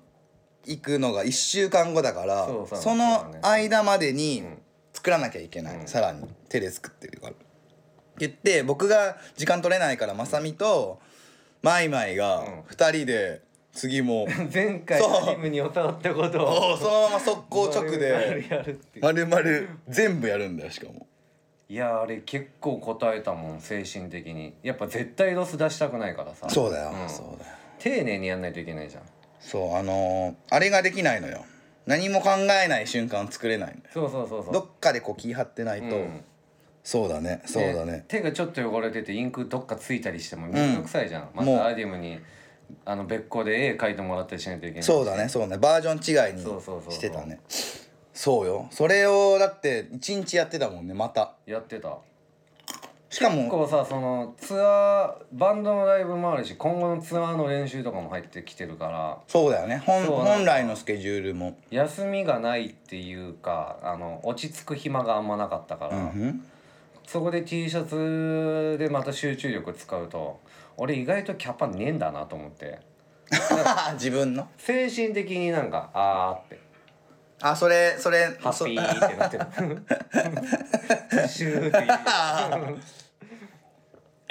Speaker 3: 行くのが1週間後だから
Speaker 2: そうそう
Speaker 3: の間までに
Speaker 2: うん
Speaker 3: 作らなきゃいけない、
Speaker 2: うん
Speaker 3: さらに手で作ってるからって言って僕が時間取れないからまさみとマイマイが
Speaker 2: うん
Speaker 3: 2人で
Speaker 2: [laughs]
Speaker 3: 次もう
Speaker 2: 前回チ
Speaker 3: そう
Speaker 2: ームに教わったこと
Speaker 3: お
Speaker 2: を
Speaker 3: ーそのまま速攻直で
Speaker 2: [laughs] やるっていう
Speaker 3: 丸々全部やるんだよしかも
Speaker 2: いやあれ結構答えたもん精神的にやっぱ絶対ロス出したくないからさ
Speaker 3: そうだよ、
Speaker 2: ん
Speaker 3: そうだよ
Speaker 2: 丁寧にやんないといけないじゃん
Speaker 3: そうあのーあれができないのよ何も考えない瞬間を作れないんだよ
Speaker 2: そうそうそうそう
Speaker 3: どっかでこう気張ってないと、
Speaker 2: うん
Speaker 3: そうだねそうだね
Speaker 2: 手がちょっと汚れててインクどっかついたりしてもめんどくさいじゃん、ま
Speaker 3: もう
Speaker 2: たアディムにあの別個で絵描いてもらったりしないといけない
Speaker 3: そうだねそうだねバージョン違いに
Speaker 2: そうそうそうそう
Speaker 3: してたねそうよそれをだって一日やってたもんねまた
Speaker 2: やってた
Speaker 3: しか
Speaker 2: 結
Speaker 3: も
Speaker 2: 構さそのツアーバンドのライブもあるし今後のツアーの練習とかも入ってきてるから
Speaker 3: そうだよね本
Speaker 2: そうなんだ
Speaker 3: 本来のスケジュールも
Speaker 2: 休みがないっていうかあの落ち着く暇があんまなかったから、
Speaker 3: うん [laughs]
Speaker 2: そこで T シャツでまた集中力使うと俺意外とキャパねえんだなと思って
Speaker 3: 自分の
Speaker 2: 精神的になんかあーって
Speaker 3: あそれそれ
Speaker 2: ハッ
Speaker 3: そ
Speaker 2: ピーってなってる [laughs] シューって言う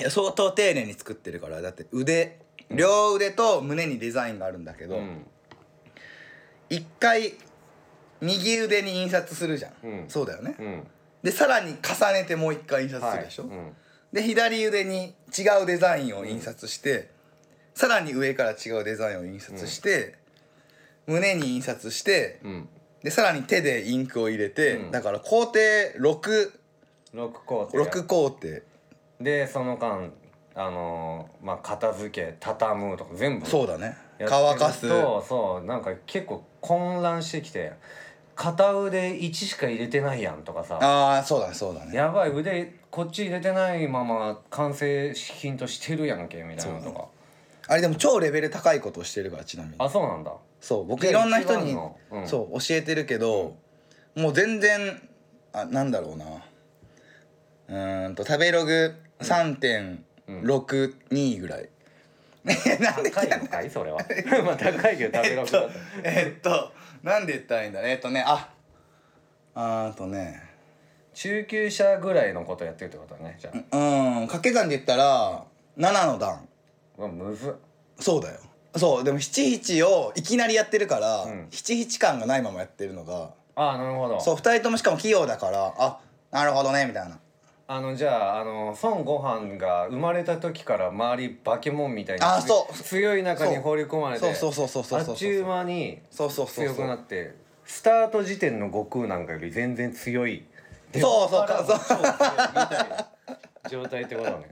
Speaker 3: いや相当丁寧に作ってるからだって腕両腕と胸にデザインがあるんだけど、
Speaker 2: うん
Speaker 3: 一回右腕に印刷するじゃん、
Speaker 2: うん
Speaker 3: そうだよね、
Speaker 2: うん
Speaker 3: でさらに重ねてもう一回印刷するでしょ、
Speaker 2: うん
Speaker 3: で左腕に違うデザインを印刷して、さらに上から違うデザインを印刷して、胸に印刷して
Speaker 2: うん
Speaker 3: でさらに手でインクを入れて、
Speaker 2: うん
Speaker 3: だから工程6
Speaker 2: 6工程
Speaker 3: 六工程
Speaker 2: でその間あのーまあ片付け畳むとか全部
Speaker 3: そうだね乾かす
Speaker 2: そうそうなんか結構混乱してきて片腕1しか入れてないやんとかさ
Speaker 3: ああそうだねそうだね
Speaker 2: やばい腕こっち入れてないまま完成品としてるやんけみたいなのとか
Speaker 3: あれでも超レベル高いことをしてるからちなみに
Speaker 2: あそうなんだ
Speaker 3: そう僕
Speaker 2: じゃあ
Speaker 3: いろんな人
Speaker 2: 一
Speaker 3: に
Speaker 2: 番、のうん
Speaker 3: そう教えてるけど、もう全然あなんだろうなうーんと食べログ3.62ぐらい、なんで
Speaker 2: 高いのかいそ
Speaker 3: [laughs]
Speaker 2: れはまあ高いけど食べログだと
Speaker 3: えっとなんで言ったらいいんだろうえっとねああーとね
Speaker 2: 中級者ぐらいのことやってるってことねじゃあ
Speaker 3: うん掛け算で言ったら7の段
Speaker 2: うわむずっ
Speaker 3: そうだよそうでも七七をいきなりやってるから、
Speaker 2: うん
Speaker 3: 七七感がないままやってるのが
Speaker 2: あなるほど
Speaker 3: そう2人ともしかも器用だからあなるほどねみたいな
Speaker 2: あのじゃああの孫悟飯が生まれた時から周り化け物みたいな
Speaker 3: あそう
Speaker 2: 強い中に放り込まれて
Speaker 3: そうそうそうそうそうそうそ
Speaker 2: あ
Speaker 3: う
Speaker 2: っちゅう間に
Speaker 3: そうそうそう
Speaker 2: 強く
Speaker 3: そ
Speaker 2: な
Speaker 3: う
Speaker 2: ってスタート時点の悟空なんかより全然強い
Speaker 3: そうそうかそ
Speaker 2: 超強
Speaker 3: う
Speaker 2: いみたいな状態ってことね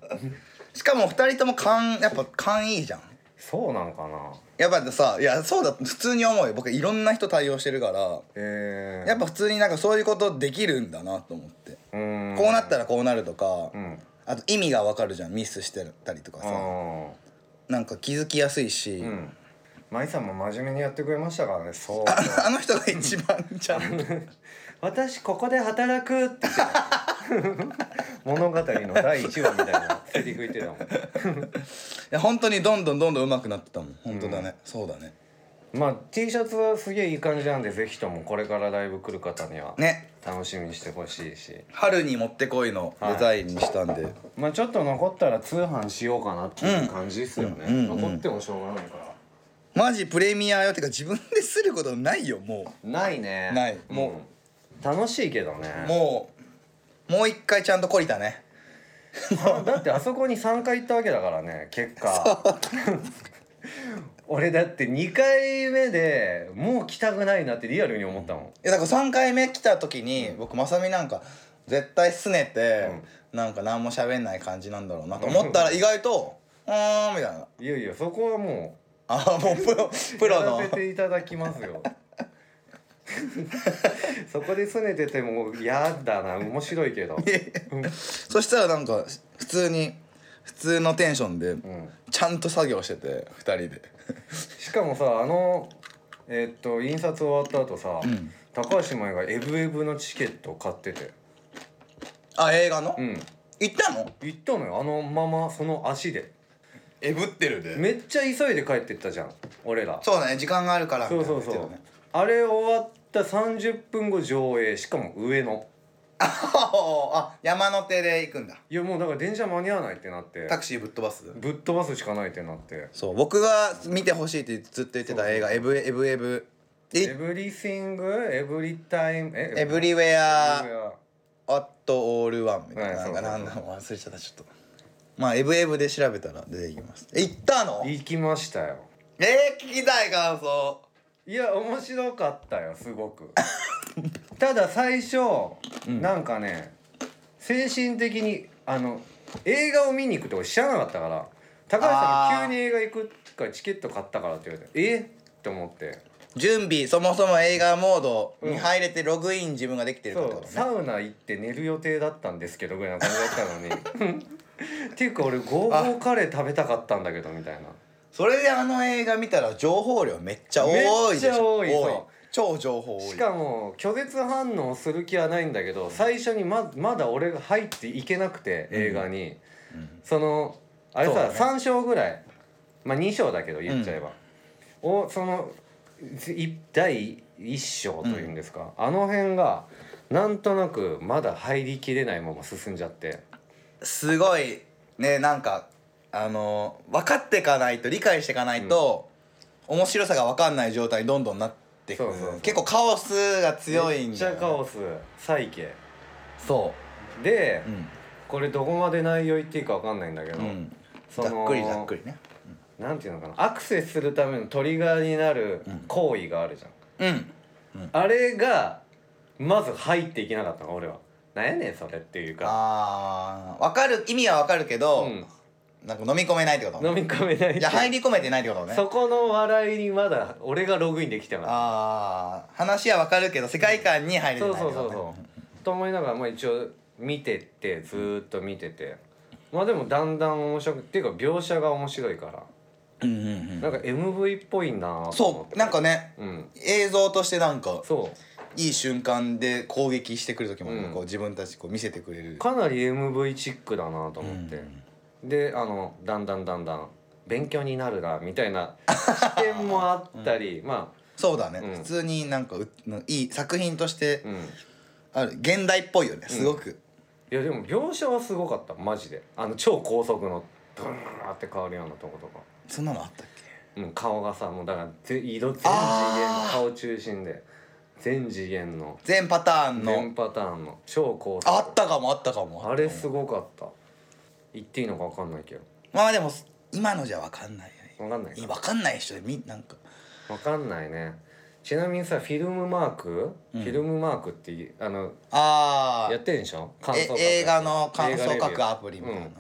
Speaker 3: しかも2人とも勘やっぱ勘いいじゃん
Speaker 2: そうなんかな
Speaker 3: やっぱさいやそうだ普通に思うよ僕いろんな人対応してるから
Speaker 2: えー、
Speaker 3: やっぱ普通になんかそういうことできるんだなと思って、
Speaker 2: うーん
Speaker 3: こうなったらこうなるとか、
Speaker 2: うん
Speaker 3: あと意味がわかるじゃんミスしてたりとか
Speaker 2: あ
Speaker 3: さ、
Speaker 2: ー
Speaker 3: なんか気づきやすいし、
Speaker 2: うん舞さんも真面目にやってくれましたからねそう
Speaker 3: ああの人が一番ちゃんと
Speaker 2: 私ここで働くって言ってた物語の第1話みたいなセリフ言ってたもん
Speaker 3: いや本当にどんどんどんどん上手くなってたもん本当だね、そうだね
Speaker 2: まあ T シャツはすげえいい感じなんでぜひともこれからライブ来る方には
Speaker 3: ね
Speaker 2: 楽しみにしてほしいし、
Speaker 3: 春にもってこいのデザインにしたんで、
Speaker 2: まあちょっと残ったら通販しようかなっていう感じですよね、
Speaker 3: うんうんうん
Speaker 2: 残ってもしょうがないから
Speaker 3: マジプレミアよてか自分ですることないよも
Speaker 2: ないね
Speaker 3: ない
Speaker 2: もう楽しいけど
Speaker 3: う、
Speaker 2: ね
Speaker 3: もうもう一回ちゃんと懲りたね
Speaker 2: あ [laughs] だってあそこに3回行ったわけだからね結果 [laughs] 俺だって2回目でもう来たくないなってリアルに思ったもん
Speaker 3: いやだから3回目来た時に、僕まさみなんか絶対拗ねて、なんか何も喋んない感じなんだろうなと思ったら意外と「うーん」みたいない
Speaker 2: やいやそこはも
Speaker 3: あもう
Speaker 2: [laughs]
Speaker 3: プロ
Speaker 2: う
Speaker 3: プロの
Speaker 2: やらせていただきますよ [laughs] そこで拗ねててもやだな面白いけど、
Speaker 3: そしたらなんか普通に普通のテンションで
Speaker 2: うん、
Speaker 3: ちゃんと作業してて2人で
Speaker 2: しかもさあのえっと印刷終わった後さ、高橋舞がエブエブのチケットを買ってて
Speaker 3: あ映画の、
Speaker 2: うん
Speaker 3: 行ったの
Speaker 2: 行ったのよあのままその足で
Speaker 3: えぶってるで
Speaker 2: めっちゃ急いで帰ってったじゃん俺ら
Speaker 3: そうだね時間があるからみた
Speaker 2: そ
Speaker 3: いうな
Speaker 2: そう
Speaker 3: 言ってた
Speaker 2: そ
Speaker 3: ね
Speaker 2: うあれ終わった30分後上映しかも上の
Speaker 3: [laughs] あ山手で行くんだ
Speaker 2: いやもうだから電車間に合わないってなって
Speaker 3: タクシーぶっ飛ばす
Speaker 2: ぶっ飛ばすしかないってなって
Speaker 3: そう僕が見てほしいってずっと言ってた映画「エブエブエブ」
Speaker 2: エブリシングエブリタイムえ
Speaker 3: エブリウェ
Speaker 2: ア
Speaker 3: アアットオールワンみたいな
Speaker 2: は
Speaker 3: ない
Speaker 2: そ
Speaker 3: ん
Speaker 2: うそ
Speaker 3: か
Speaker 2: う
Speaker 3: なんだろう忘れちゃったちょっとまあエブエブで調べたら出てきますえ行ったのえ
Speaker 2: 行きましたよ
Speaker 3: ー、聞きたい感想
Speaker 2: いや面白かったよすごくただ最初、なんかね精神的にあの映画を見に行くって俺知らなかったから高橋さん
Speaker 3: あー
Speaker 2: が急に映画行くからチケット買ったからって言われてえって思って
Speaker 3: 準備そもそも映画モードに入れてログイン自分ができてるか
Speaker 2: そ
Speaker 3: ってこ
Speaker 2: う
Speaker 3: とね、
Speaker 2: サウナ行って寝る予定だったんですけどぐらいな感じだったの [laughs] にっていうか俺ゴーゴーカレー食べたかったんだけどみたいな
Speaker 3: それであの映画見たら情報量めっちゃ多いでしょ
Speaker 2: めっちゃ多いそう
Speaker 3: 超情報多い
Speaker 2: しかも拒絶反応する気はないんだけど最初にままだ俺が入っていけなくて映画に、そのあれ
Speaker 3: そう
Speaker 2: さ、
Speaker 3: だね
Speaker 2: 3章ぐらいまあ2章だけど言っちゃえば、をそのい第1章というんですか、あの辺がなんとなくまだ入りきれないまま進んじゃって
Speaker 3: すごいねなんかあの分かっていかないと理解していかないと、面白さが分かんない状態にどんどんなっていく
Speaker 2: そうそうそう
Speaker 3: 結構カオスが強
Speaker 2: め
Speaker 3: いん
Speaker 2: っ
Speaker 3: だ
Speaker 2: ち
Speaker 3: よ
Speaker 2: ゃ
Speaker 3: ね
Speaker 2: カオス再起
Speaker 3: そ
Speaker 2: で、
Speaker 3: う、うん
Speaker 2: これどこまで内容言っていいかわかんないんだけど、
Speaker 3: うん、
Speaker 2: そ
Speaker 3: ざ
Speaker 2: の
Speaker 3: っくりざっくりね
Speaker 2: なんていうのかなアクセスするためのトリガーになる行為があるじゃん、
Speaker 3: うん
Speaker 2: あれがまず入っていけなかったの俺はなんやねんそれっていうか
Speaker 3: あー分かる意味は分かるけど、
Speaker 2: うん
Speaker 3: なんか飲み込めないってこと
Speaker 2: 飲み込めない
Speaker 3: いや入り込めてないってことね
Speaker 2: そこの笑いにまだ俺がログインできてな
Speaker 3: ああ話は分かるけど世界観に入
Speaker 2: い
Speaker 3: れて
Speaker 2: そ
Speaker 3: ないうって
Speaker 2: そ
Speaker 3: こ
Speaker 2: うそう
Speaker 3: とね
Speaker 2: そうと思いながらまあ一応見てってずーっと見ててまあでもだんだん面白くっていうか描写が面白いから
Speaker 3: うんうんうん
Speaker 2: なんか MV っぽいなぁと思っ
Speaker 3: そ
Speaker 2: て
Speaker 3: うなんかね
Speaker 2: うん
Speaker 3: 映像としてなんか
Speaker 2: そう
Speaker 3: いい瞬間で攻撃してくる時もね、
Speaker 2: うん
Speaker 3: こう自分たちこう見せてくれる
Speaker 2: かなり MV チックだなと思って、であのだんだんだんだん勉強になるなみたいな
Speaker 3: [laughs]
Speaker 2: 視点もあったり、ま
Speaker 3: そうだね、
Speaker 2: うん
Speaker 3: 普通になんかういい作品として
Speaker 2: あうんい
Speaker 3: ある現代っぽいよねすごく、
Speaker 2: やでも描写はすごかったマジであの超高速のブーって変わるようなとことか、
Speaker 3: そんなのあったっけ
Speaker 2: うん、顔がさもうだからぜ色全次元の
Speaker 3: あー
Speaker 2: 顔中心で全次元の
Speaker 3: 全パターンの
Speaker 2: 全パターンの超高速
Speaker 3: あったかもあったかも
Speaker 2: あれすごかった言っていいのか分かんないけど
Speaker 3: まあでも今のじゃ分かんないよね
Speaker 2: 分かんないか
Speaker 3: 分かんない人でみなんか
Speaker 2: わかんないねちなみにさフィルムマーク、
Speaker 3: うん
Speaker 2: フィルムマークっていあの
Speaker 3: あ
Speaker 2: や
Speaker 3: あ
Speaker 2: ってるでしょ感想書くやつ
Speaker 3: 映画の感
Speaker 2: 映画レ
Speaker 3: 想
Speaker 2: ビュ
Speaker 3: 書
Speaker 2: ー
Speaker 3: くアプリみたいな、
Speaker 2: うん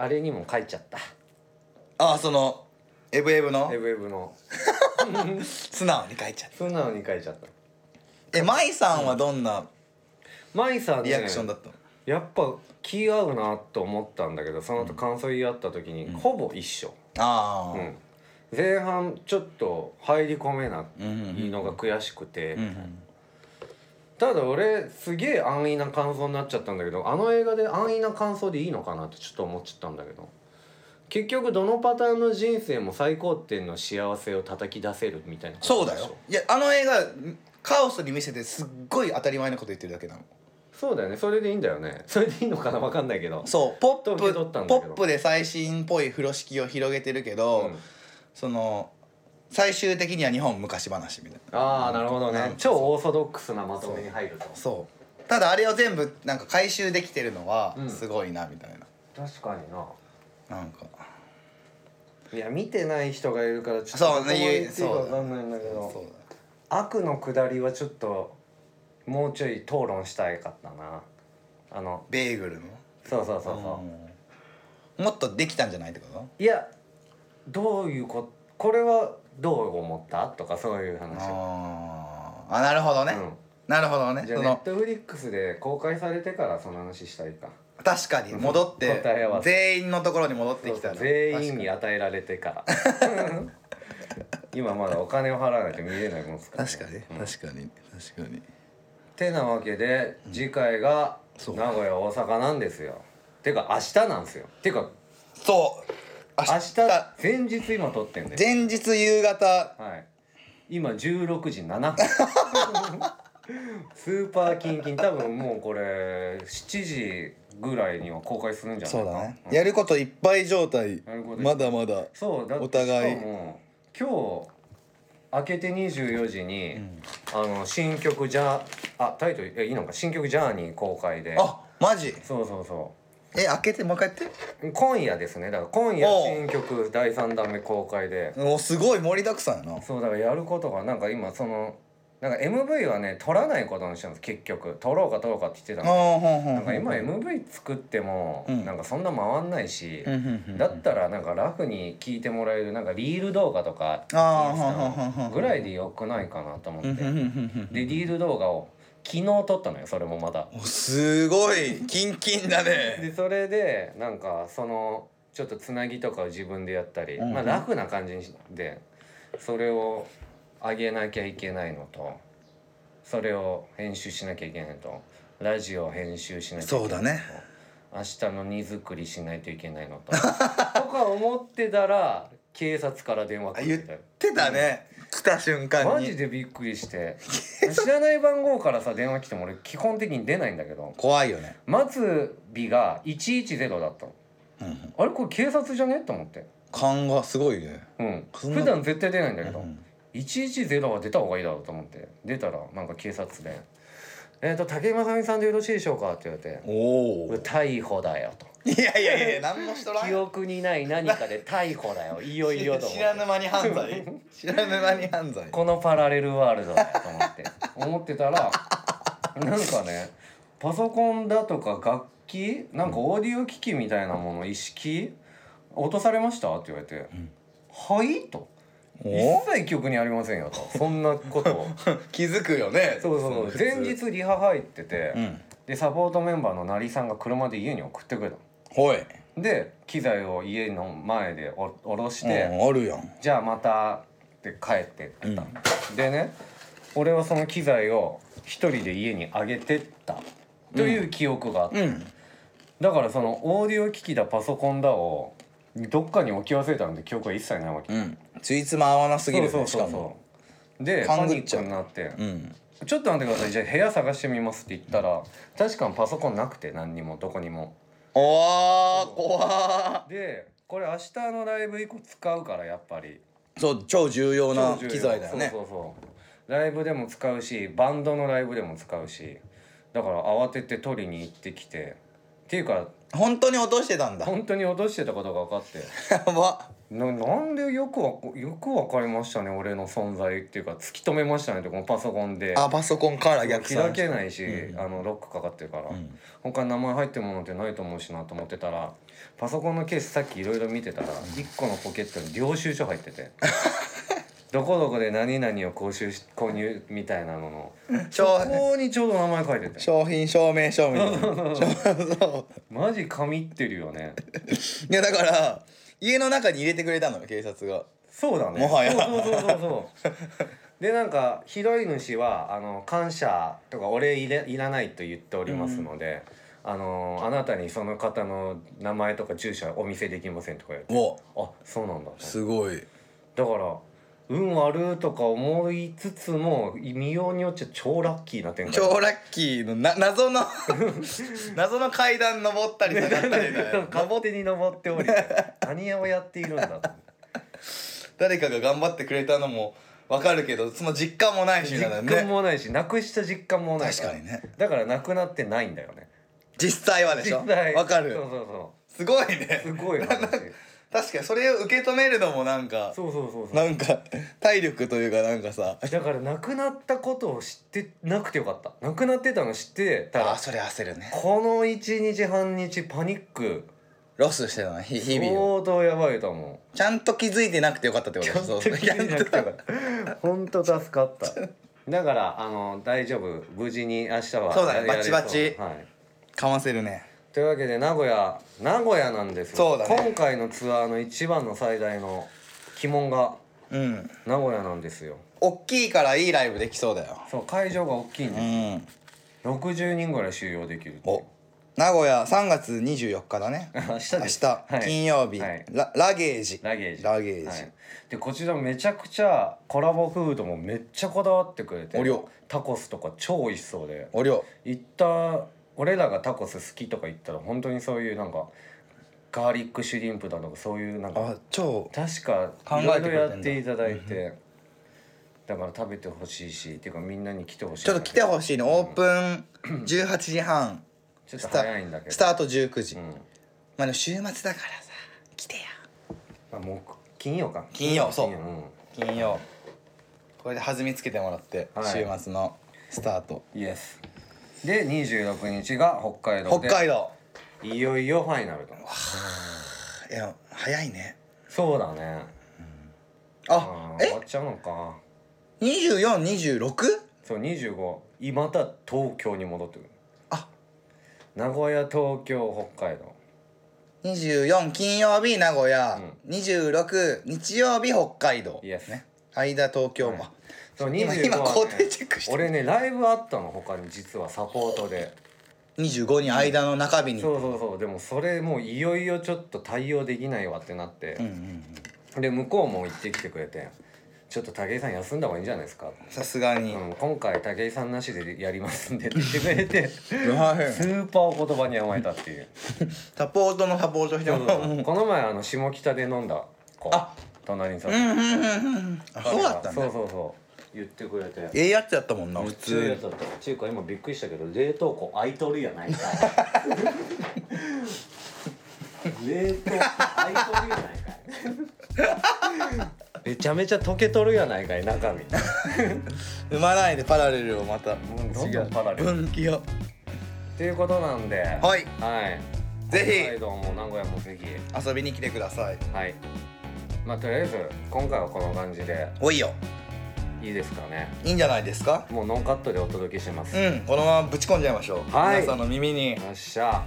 Speaker 2: あれにも書いちゃった
Speaker 3: ああそのエブエブの
Speaker 2: ウェブの
Speaker 3: 素直に書いちゃっ
Speaker 2: 素直に書いちゃった
Speaker 3: たえマイさんはどんな
Speaker 2: マイさんね
Speaker 3: リアクションだったの、
Speaker 2: やっぱ気合うなと思ったんだけどその後感想言い合った時に、ほぼ一緒、
Speaker 3: ああ、
Speaker 2: うん前半ちょっと入り込めな
Speaker 3: うんうんうん
Speaker 2: いのが悔しくて、
Speaker 3: うんうん
Speaker 2: ただ俺すげえ安易な感想になっちゃったんだけどあの映画で安易な感想でいいのかなってちょっと思っちゃったんだけど結局どのパターンの人生も最高点の幸せを叩き出せるみたいなこ
Speaker 3: そう
Speaker 2: とで
Speaker 3: だ
Speaker 2: しょ
Speaker 3: よいやあの映画カオスに見せてすっごい当たり前のこと言ってるだけなの
Speaker 2: そうだよねそれでいいんだよね [laughs] それでいいのかな分かんないけど
Speaker 3: そうポッ
Speaker 2: と受け
Speaker 3: プ
Speaker 2: 取ったんだ
Speaker 3: ポ
Speaker 2: けど
Speaker 3: ップで最新っぽい風呂敷を広げてるけ
Speaker 2: う
Speaker 3: ど、
Speaker 2: ん
Speaker 3: その最終的には日本昔話みたいな
Speaker 2: ああなるほど
Speaker 3: なん
Speaker 2: ね
Speaker 3: か
Speaker 2: 超オーソドックスなまとめに入ると
Speaker 3: そうただあれを全部なんか回収できてるのは
Speaker 2: うん
Speaker 3: すごいなみたいな、
Speaker 2: 確かにな
Speaker 3: なんか
Speaker 2: いや見てない人がいるからちょっとど
Speaker 3: そう
Speaker 2: こまで言っていいか
Speaker 3: そう
Speaker 2: 分かんないんだけど
Speaker 3: そうだ
Speaker 2: 悪の下りはちょっともうちょい討論したいかったなあの
Speaker 3: ベーグルの
Speaker 2: そうそうそうそう、
Speaker 3: うんもっとできたんじゃないってこと
Speaker 2: いやどういうここれはどう思ったとかそういう話
Speaker 3: あーあなるほどね、
Speaker 2: うん
Speaker 3: なるほどね
Speaker 2: じゃあ
Speaker 3: そ
Speaker 2: ネッ
Speaker 3: の
Speaker 2: トフリックスで公開されてからその話したいか
Speaker 3: 確かに戻って
Speaker 2: 答え合わせ
Speaker 3: 全員のところに戻ってきたら
Speaker 2: 全員に与えられてから [laughs] 今まだお金を払わないと見れないもんですからね、
Speaker 3: 確かに
Speaker 2: うん
Speaker 3: 確かに確かに
Speaker 2: てなわけで次回が
Speaker 3: そう
Speaker 2: 名古屋大阪なんですよてか明日なんですよてか
Speaker 3: そう明
Speaker 2: 明日前日今撮ってんで
Speaker 3: 前日夕方 [laughs]
Speaker 2: はい。今16時7分。スーパーキンキン多分もうこれ7時ぐらいには公開するんじゃないか
Speaker 3: そうだね、
Speaker 2: ん
Speaker 3: やることいっぱい状態
Speaker 2: やることいっぱ
Speaker 3: ま
Speaker 2: い
Speaker 3: だまだ
Speaker 2: そうだって
Speaker 3: お互
Speaker 2: し
Speaker 3: い
Speaker 2: かも今日明けて24時に、
Speaker 3: ん
Speaker 2: あの新曲じゃあタイトルえいいのか新曲「ジャーニー」公開で
Speaker 3: あマジ
Speaker 2: そうそうそ
Speaker 3: え開けてもう一回やって
Speaker 2: う今夜ですねだから今夜
Speaker 3: おう
Speaker 2: 新曲第3弾目公開で
Speaker 3: おすごい盛りだくさんやな
Speaker 2: そうだからやることがなんか今そのなんか MV はね撮らないことにしたんです結局撮ろうか撮ろうかって言ってた
Speaker 3: あ
Speaker 2: の
Speaker 3: ーほんほん
Speaker 2: な
Speaker 3: ほ
Speaker 2: ん
Speaker 3: ん
Speaker 2: か今 MV 作っても、
Speaker 3: うん
Speaker 2: なんかそんな回んないし、
Speaker 3: うんうんうん
Speaker 2: だったらなんかラフに聞いてもらえるなんかリール動画とか
Speaker 3: あー
Speaker 2: インスタの
Speaker 3: はんはんはんはん
Speaker 2: ぐらいでよくないかなと思って、
Speaker 3: うんうんうんうん
Speaker 2: でリール動画を昨日撮ったのよそれもまた
Speaker 3: うんおすごいキンキンだね
Speaker 2: でそれでなんかそのちょっとつなぎとかを自分でやったり、
Speaker 3: うんうん
Speaker 2: まあラフな感じにでそれを上げなきゃいけないのとそれを編集しなきゃいけないのとラジオを編集しなきゃいけないのと
Speaker 3: そうだね
Speaker 2: 明日の荷造りしないといけないのととか思ってたら警察から電話
Speaker 3: あ
Speaker 2: 来
Speaker 3: 言
Speaker 2: る
Speaker 3: っ
Speaker 2: みたいな
Speaker 3: てたね、来た瞬間に
Speaker 2: マジでびっくりして知らない番号からさ電話来ても俺基本的に出ないんだけど
Speaker 3: 怖いよね、
Speaker 2: 末尾が110だったの
Speaker 3: うんうん、
Speaker 2: あれこれ警察じゃねと思って
Speaker 3: 勘がすごいね、
Speaker 2: うん
Speaker 3: そんな
Speaker 2: 普段絶対出ないんだけ
Speaker 3: う
Speaker 2: ど
Speaker 3: ん
Speaker 2: 110は出た方がいいだろうと思って出たらなんか警察で「えっ、と竹山さみさんでよろしいでしょうか?」って言われて
Speaker 3: お
Speaker 2: 「
Speaker 3: お
Speaker 2: 逮捕だよ」と
Speaker 3: いやいやいや何もしと
Speaker 2: 「
Speaker 3: らん
Speaker 2: 記憶にない何かで逮捕だ
Speaker 3: [laughs]
Speaker 2: よいよいよ」と思
Speaker 3: 知ら
Speaker 2: って
Speaker 3: ぬ。間に犯罪 [laughs] 知らぬ間に犯罪
Speaker 2: このパラレルワールドだと思って思ってた
Speaker 3: [laughs]
Speaker 2: らなんかねパソコンだとか楽器なんかオーディオ機器みたいなもの一式落とされましたって言われて「はい?」と「一
Speaker 3: お
Speaker 2: 切記憶にありませんよ」と「そんなことを
Speaker 3: [laughs] 気づくよね
Speaker 2: そうそうそう前
Speaker 3: 普通
Speaker 2: 日リハ入ってて、
Speaker 3: うん
Speaker 2: でサポートメンバーの成井さんが車で家に送ってくれた
Speaker 3: ほい
Speaker 2: ので機材を家の前でお下ろし
Speaker 3: うん
Speaker 2: て、
Speaker 3: あるやん
Speaker 2: じゃあまたって帰ってった、
Speaker 3: う
Speaker 2: でね俺はその機材を一人で家にあげてったという記憶があって、
Speaker 3: うん
Speaker 2: だからそのオーディオ機器だパソコンだをどっかに置き忘れたので記憶は一切ないわけ、
Speaker 3: うんついつま合わなすぎるよね
Speaker 2: そうそうそう
Speaker 3: しかも
Speaker 2: そうでパ
Speaker 3: 勘
Speaker 2: ニ
Speaker 3: ぐっ
Speaker 2: ッ
Speaker 3: ち
Speaker 2: ク
Speaker 3: ゃう
Speaker 2: になって
Speaker 3: うん
Speaker 2: 「ちょっと待ってくださいじゃあ部屋探してみます」って言ったら確かにパソコンなくて何にもどこにも
Speaker 3: おー怖
Speaker 2: でこれ明日のライブ以降使うからやっぱり
Speaker 3: ーそう超重要な
Speaker 2: 超重要
Speaker 3: 機材だよね
Speaker 2: そうそうそうライブでも使うしバンドのライブでも使うしだから慌てて取りに行ってきてっていうか
Speaker 3: 本当に落としてたん
Speaker 2: [laughs]
Speaker 3: だ
Speaker 2: 本当に落としてたことが分かって
Speaker 3: やば
Speaker 2: ななんでよくわよく分かりましたね俺の存在っていうか突き止めましたねってこのパソコンで
Speaker 3: あパソコンから逆
Speaker 2: 開
Speaker 3: 算
Speaker 2: けないし、
Speaker 3: うん
Speaker 2: あのロックかかってるから、
Speaker 3: ん
Speaker 2: 他に名前入ってるものってないと思うしなと思ってたらパソコンのケースさっきいろいろ見てたら1個のポケットに領収書入って
Speaker 3: [laughs]
Speaker 2: てどこどこで何々を購収し購入みたいなのの
Speaker 3: 商
Speaker 2: ここにちょうど名前書いてて
Speaker 3: 商品証明書みたい
Speaker 2: [laughs]
Speaker 3: なそうそう
Speaker 2: マジ神ってるよね
Speaker 3: いやだから家の中に入れてくれたのよ警察が
Speaker 2: そうだね
Speaker 3: もはや
Speaker 2: そうそうそうそうそうでなんか拾い主はあの感謝とかお礼いれいらないと言っておりますので、あのあなたにその方の名前とか住所はお見せできませんとか言われて
Speaker 3: お
Speaker 2: あそうなんだ
Speaker 3: すごい
Speaker 2: だから運悪いとか思いつつも見ようによっちゃ超ラッキーな展開
Speaker 3: 超ラッキーのな謎の [laughs] 謎の階段登ったり下がったりだよ
Speaker 2: 勝手に登っており何をやっているんだと
Speaker 3: [laughs] 誰かが頑張ってくれたのもわかるけどその実感もないし
Speaker 2: 実
Speaker 3: なのよ
Speaker 2: 感
Speaker 3: ね
Speaker 2: もないしなくした実感もない
Speaker 3: 確かにね
Speaker 2: だからなくなってないんだよね
Speaker 3: 実際はでしょわかる
Speaker 2: そうそうそ
Speaker 3: すごいね
Speaker 2: うすごい
Speaker 3: [laughs]
Speaker 2: 話
Speaker 3: 確かにそれを受け止めるのもなんか
Speaker 2: そうそうそうそ
Speaker 3: な
Speaker 2: うん
Speaker 3: か体力というかなんかさ
Speaker 2: だからなくなったことを知ってなくてよかったなくなってたの知ってた
Speaker 3: あ
Speaker 2: ら
Speaker 3: それ焦るね
Speaker 2: この1日半日パニック
Speaker 3: ロスしてたのひ日々を
Speaker 2: 相当やばいと思う
Speaker 3: [laughs] ちゃんと気づいてなくてよかったってことそうそう
Speaker 2: 気づいなくてよかった [laughs] 本当助かっただからあの大丈夫無事に明日は
Speaker 3: そうだね
Speaker 2: やれ
Speaker 3: バチバチ
Speaker 2: はい、
Speaker 3: かませるね
Speaker 2: というわけで名古屋名古屋なんですよ
Speaker 3: そうだね
Speaker 2: 今回のツアーの一番の最大の鬼門が
Speaker 3: うん
Speaker 2: 名古屋なんですよ
Speaker 3: おっきいからいいライブできそうだよ
Speaker 2: そう会場が大きいん
Speaker 3: う
Speaker 2: で
Speaker 3: ん
Speaker 2: す、60人ぐらい収容できるっていう
Speaker 3: お名古屋3月24日だね
Speaker 2: 明日
Speaker 3: 明
Speaker 2: です
Speaker 3: 日、
Speaker 2: はい
Speaker 3: 金曜日、
Speaker 2: はい
Speaker 3: ララゲージ
Speaker 2: ラゲージ
Speaker 3: ラゲージ
Speaker 2: はいでこちらめちゃくちゃコラボフードもめっちゃこだわってくれて
Speaker 3: お料
Speaker 2: タコスとか超美味しそうで
Speaker 3: お料
Speaker 2: 行った俺らがタコス好きとか言ったら本当にそういうなんかガーリックシュリンプだとかそういうなんか
Speaker 3: あ超
Speaker 2: 確か
Speaker 3: 考
Speaker 2: い
Speaker 3: え
Speaker 2: ろ
Speaker 3: て
Speaker 2: い
Speaker 3: く
Speaker 2: ろ
Speaker 3: れてんだ
Speaker 2: やっていただいてだから食べてほしいしっていうかみんなに来てほしい
Speaker 3: ちょっと来てほしいのオープ
Speaker 2: [clears throat]
Speaker 3: ン18時半
Speaker 2: ちょっと早いんだけど
Speaker 3: スタート19時、
Speaker 2: うん
Speaker 3: まあでも週末だからさ来てよ
Speaker 2: あもう金曜か
Speaker 3: 金曜そう
Speaker 2: うん
Speaker 3: 金曜これで弾みつけてもらって、
Speaker 2: はい
Speaker 3: 週末のスタート
Speaker 2: イエスで26日が北海道
Speaker 3: 北
Speaker 2: で
Speaker 3: 海道
Speaker 2: いよいよファイナルと
Speaker 3: いや早いね
Speaker 2: そうだねあ
Speaker 3: あ
Speaker 2: ー終わ
Speaker 3: え
Speaker 2: っちゃうのか
Speaker 3: 2426
Speaker 2: そう25いまた東京に戻ってくる
Speaker 3: あ
Speaker 2: 名古屋東京北海道
Speaker 3: 24金曜日名古屋、26日曜日北海道、
Speaker 2: イエス
Speaker 3: ね間東京も、
Speaker 2: はいそう
Speaker 3: 今
Speaker 2: 25
Speaker 3: 今
Speaker 2: はね
Speaker 3: 固定チェックして
Speaker 2: 俺ねライブあったの他に実はサポートで
Speaker 3: 25に間の中日に
Speaker 2: そうそうそうでもそれもういよいよちょっと対応できないわってなって、
Speaker 3: うんうんうん
Speaker 2: で向こうも行ってきてくれて「ちょっと武井さん休んだ方がいいんじゃないですか」
Speaker 3: さすがに、
Speaker 2: うん、今回武井さんなしでやりますんで」って言ってくれてス
Speaker 3: はい
Speaker 2: ーパーお言葉に甘えたっていう
Speaker 3: サポートのサポートしてもらう
Speaker 2: この前あの下北で飲んだ子
Speaker 3: あ
Speaker 2: 隣にさ、
Speaker 3: うんうんうんうんあそうだったん
Speaker 2: そ
Speaker 3: だ
Speaker 2: うそうそう言ってくれて
Speaker 3: ええやつやったもんな普
Speaker 2: 強いや
Speaker 3: 通
Speaker 2: つだった中華今びっくりしたけど冷凍庫開いとるやない
Speaker 3: [laughs]
Speaker 2: か冷凍庫開いとるやないかめちゃめちゃ溶けとるやないかい中身
Speaker 3: 生まないでパラレルをまた
Speaker 2: んどんどんパラレル
Speaker 3: 分岐を
Speaker 2: っていうことなんでは
Speaker 3: はい
Speaker 2: はい
Speaker 3: ぜひ
Speaker 2: 北海道も名古屋もぜひ
Speaker 3: 遊びに来てください
Speaker 2: はいまあとりあえず今回はこの感じで
Speaker 3: おいよ
Speaker 2: いいですかね
Speaker 3: いいんじゃないですか
Speaker 2: もうノンカットでお届けします、
Speaker 3: うんこのままぶち込んじゃいましょう、
Speaker 2: はい
Speaker 3: 皆さんの耳に
Speaker 2: よっしゃ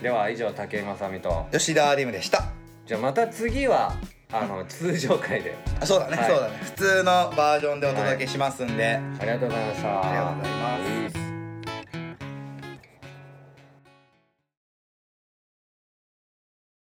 Speaker 2: では以上武井雅美と
Speaker 3: 吉田アリムでした
Speaker 2: じゃあまた次はあの通常回で
Speaker 3: あそうだね、
Speaker 2: はい
Speaker 3: そうだね普通のバージョンでお届けしますんで、
Speaker 2: ありがとうございました
Speaker 3: ありがとうございます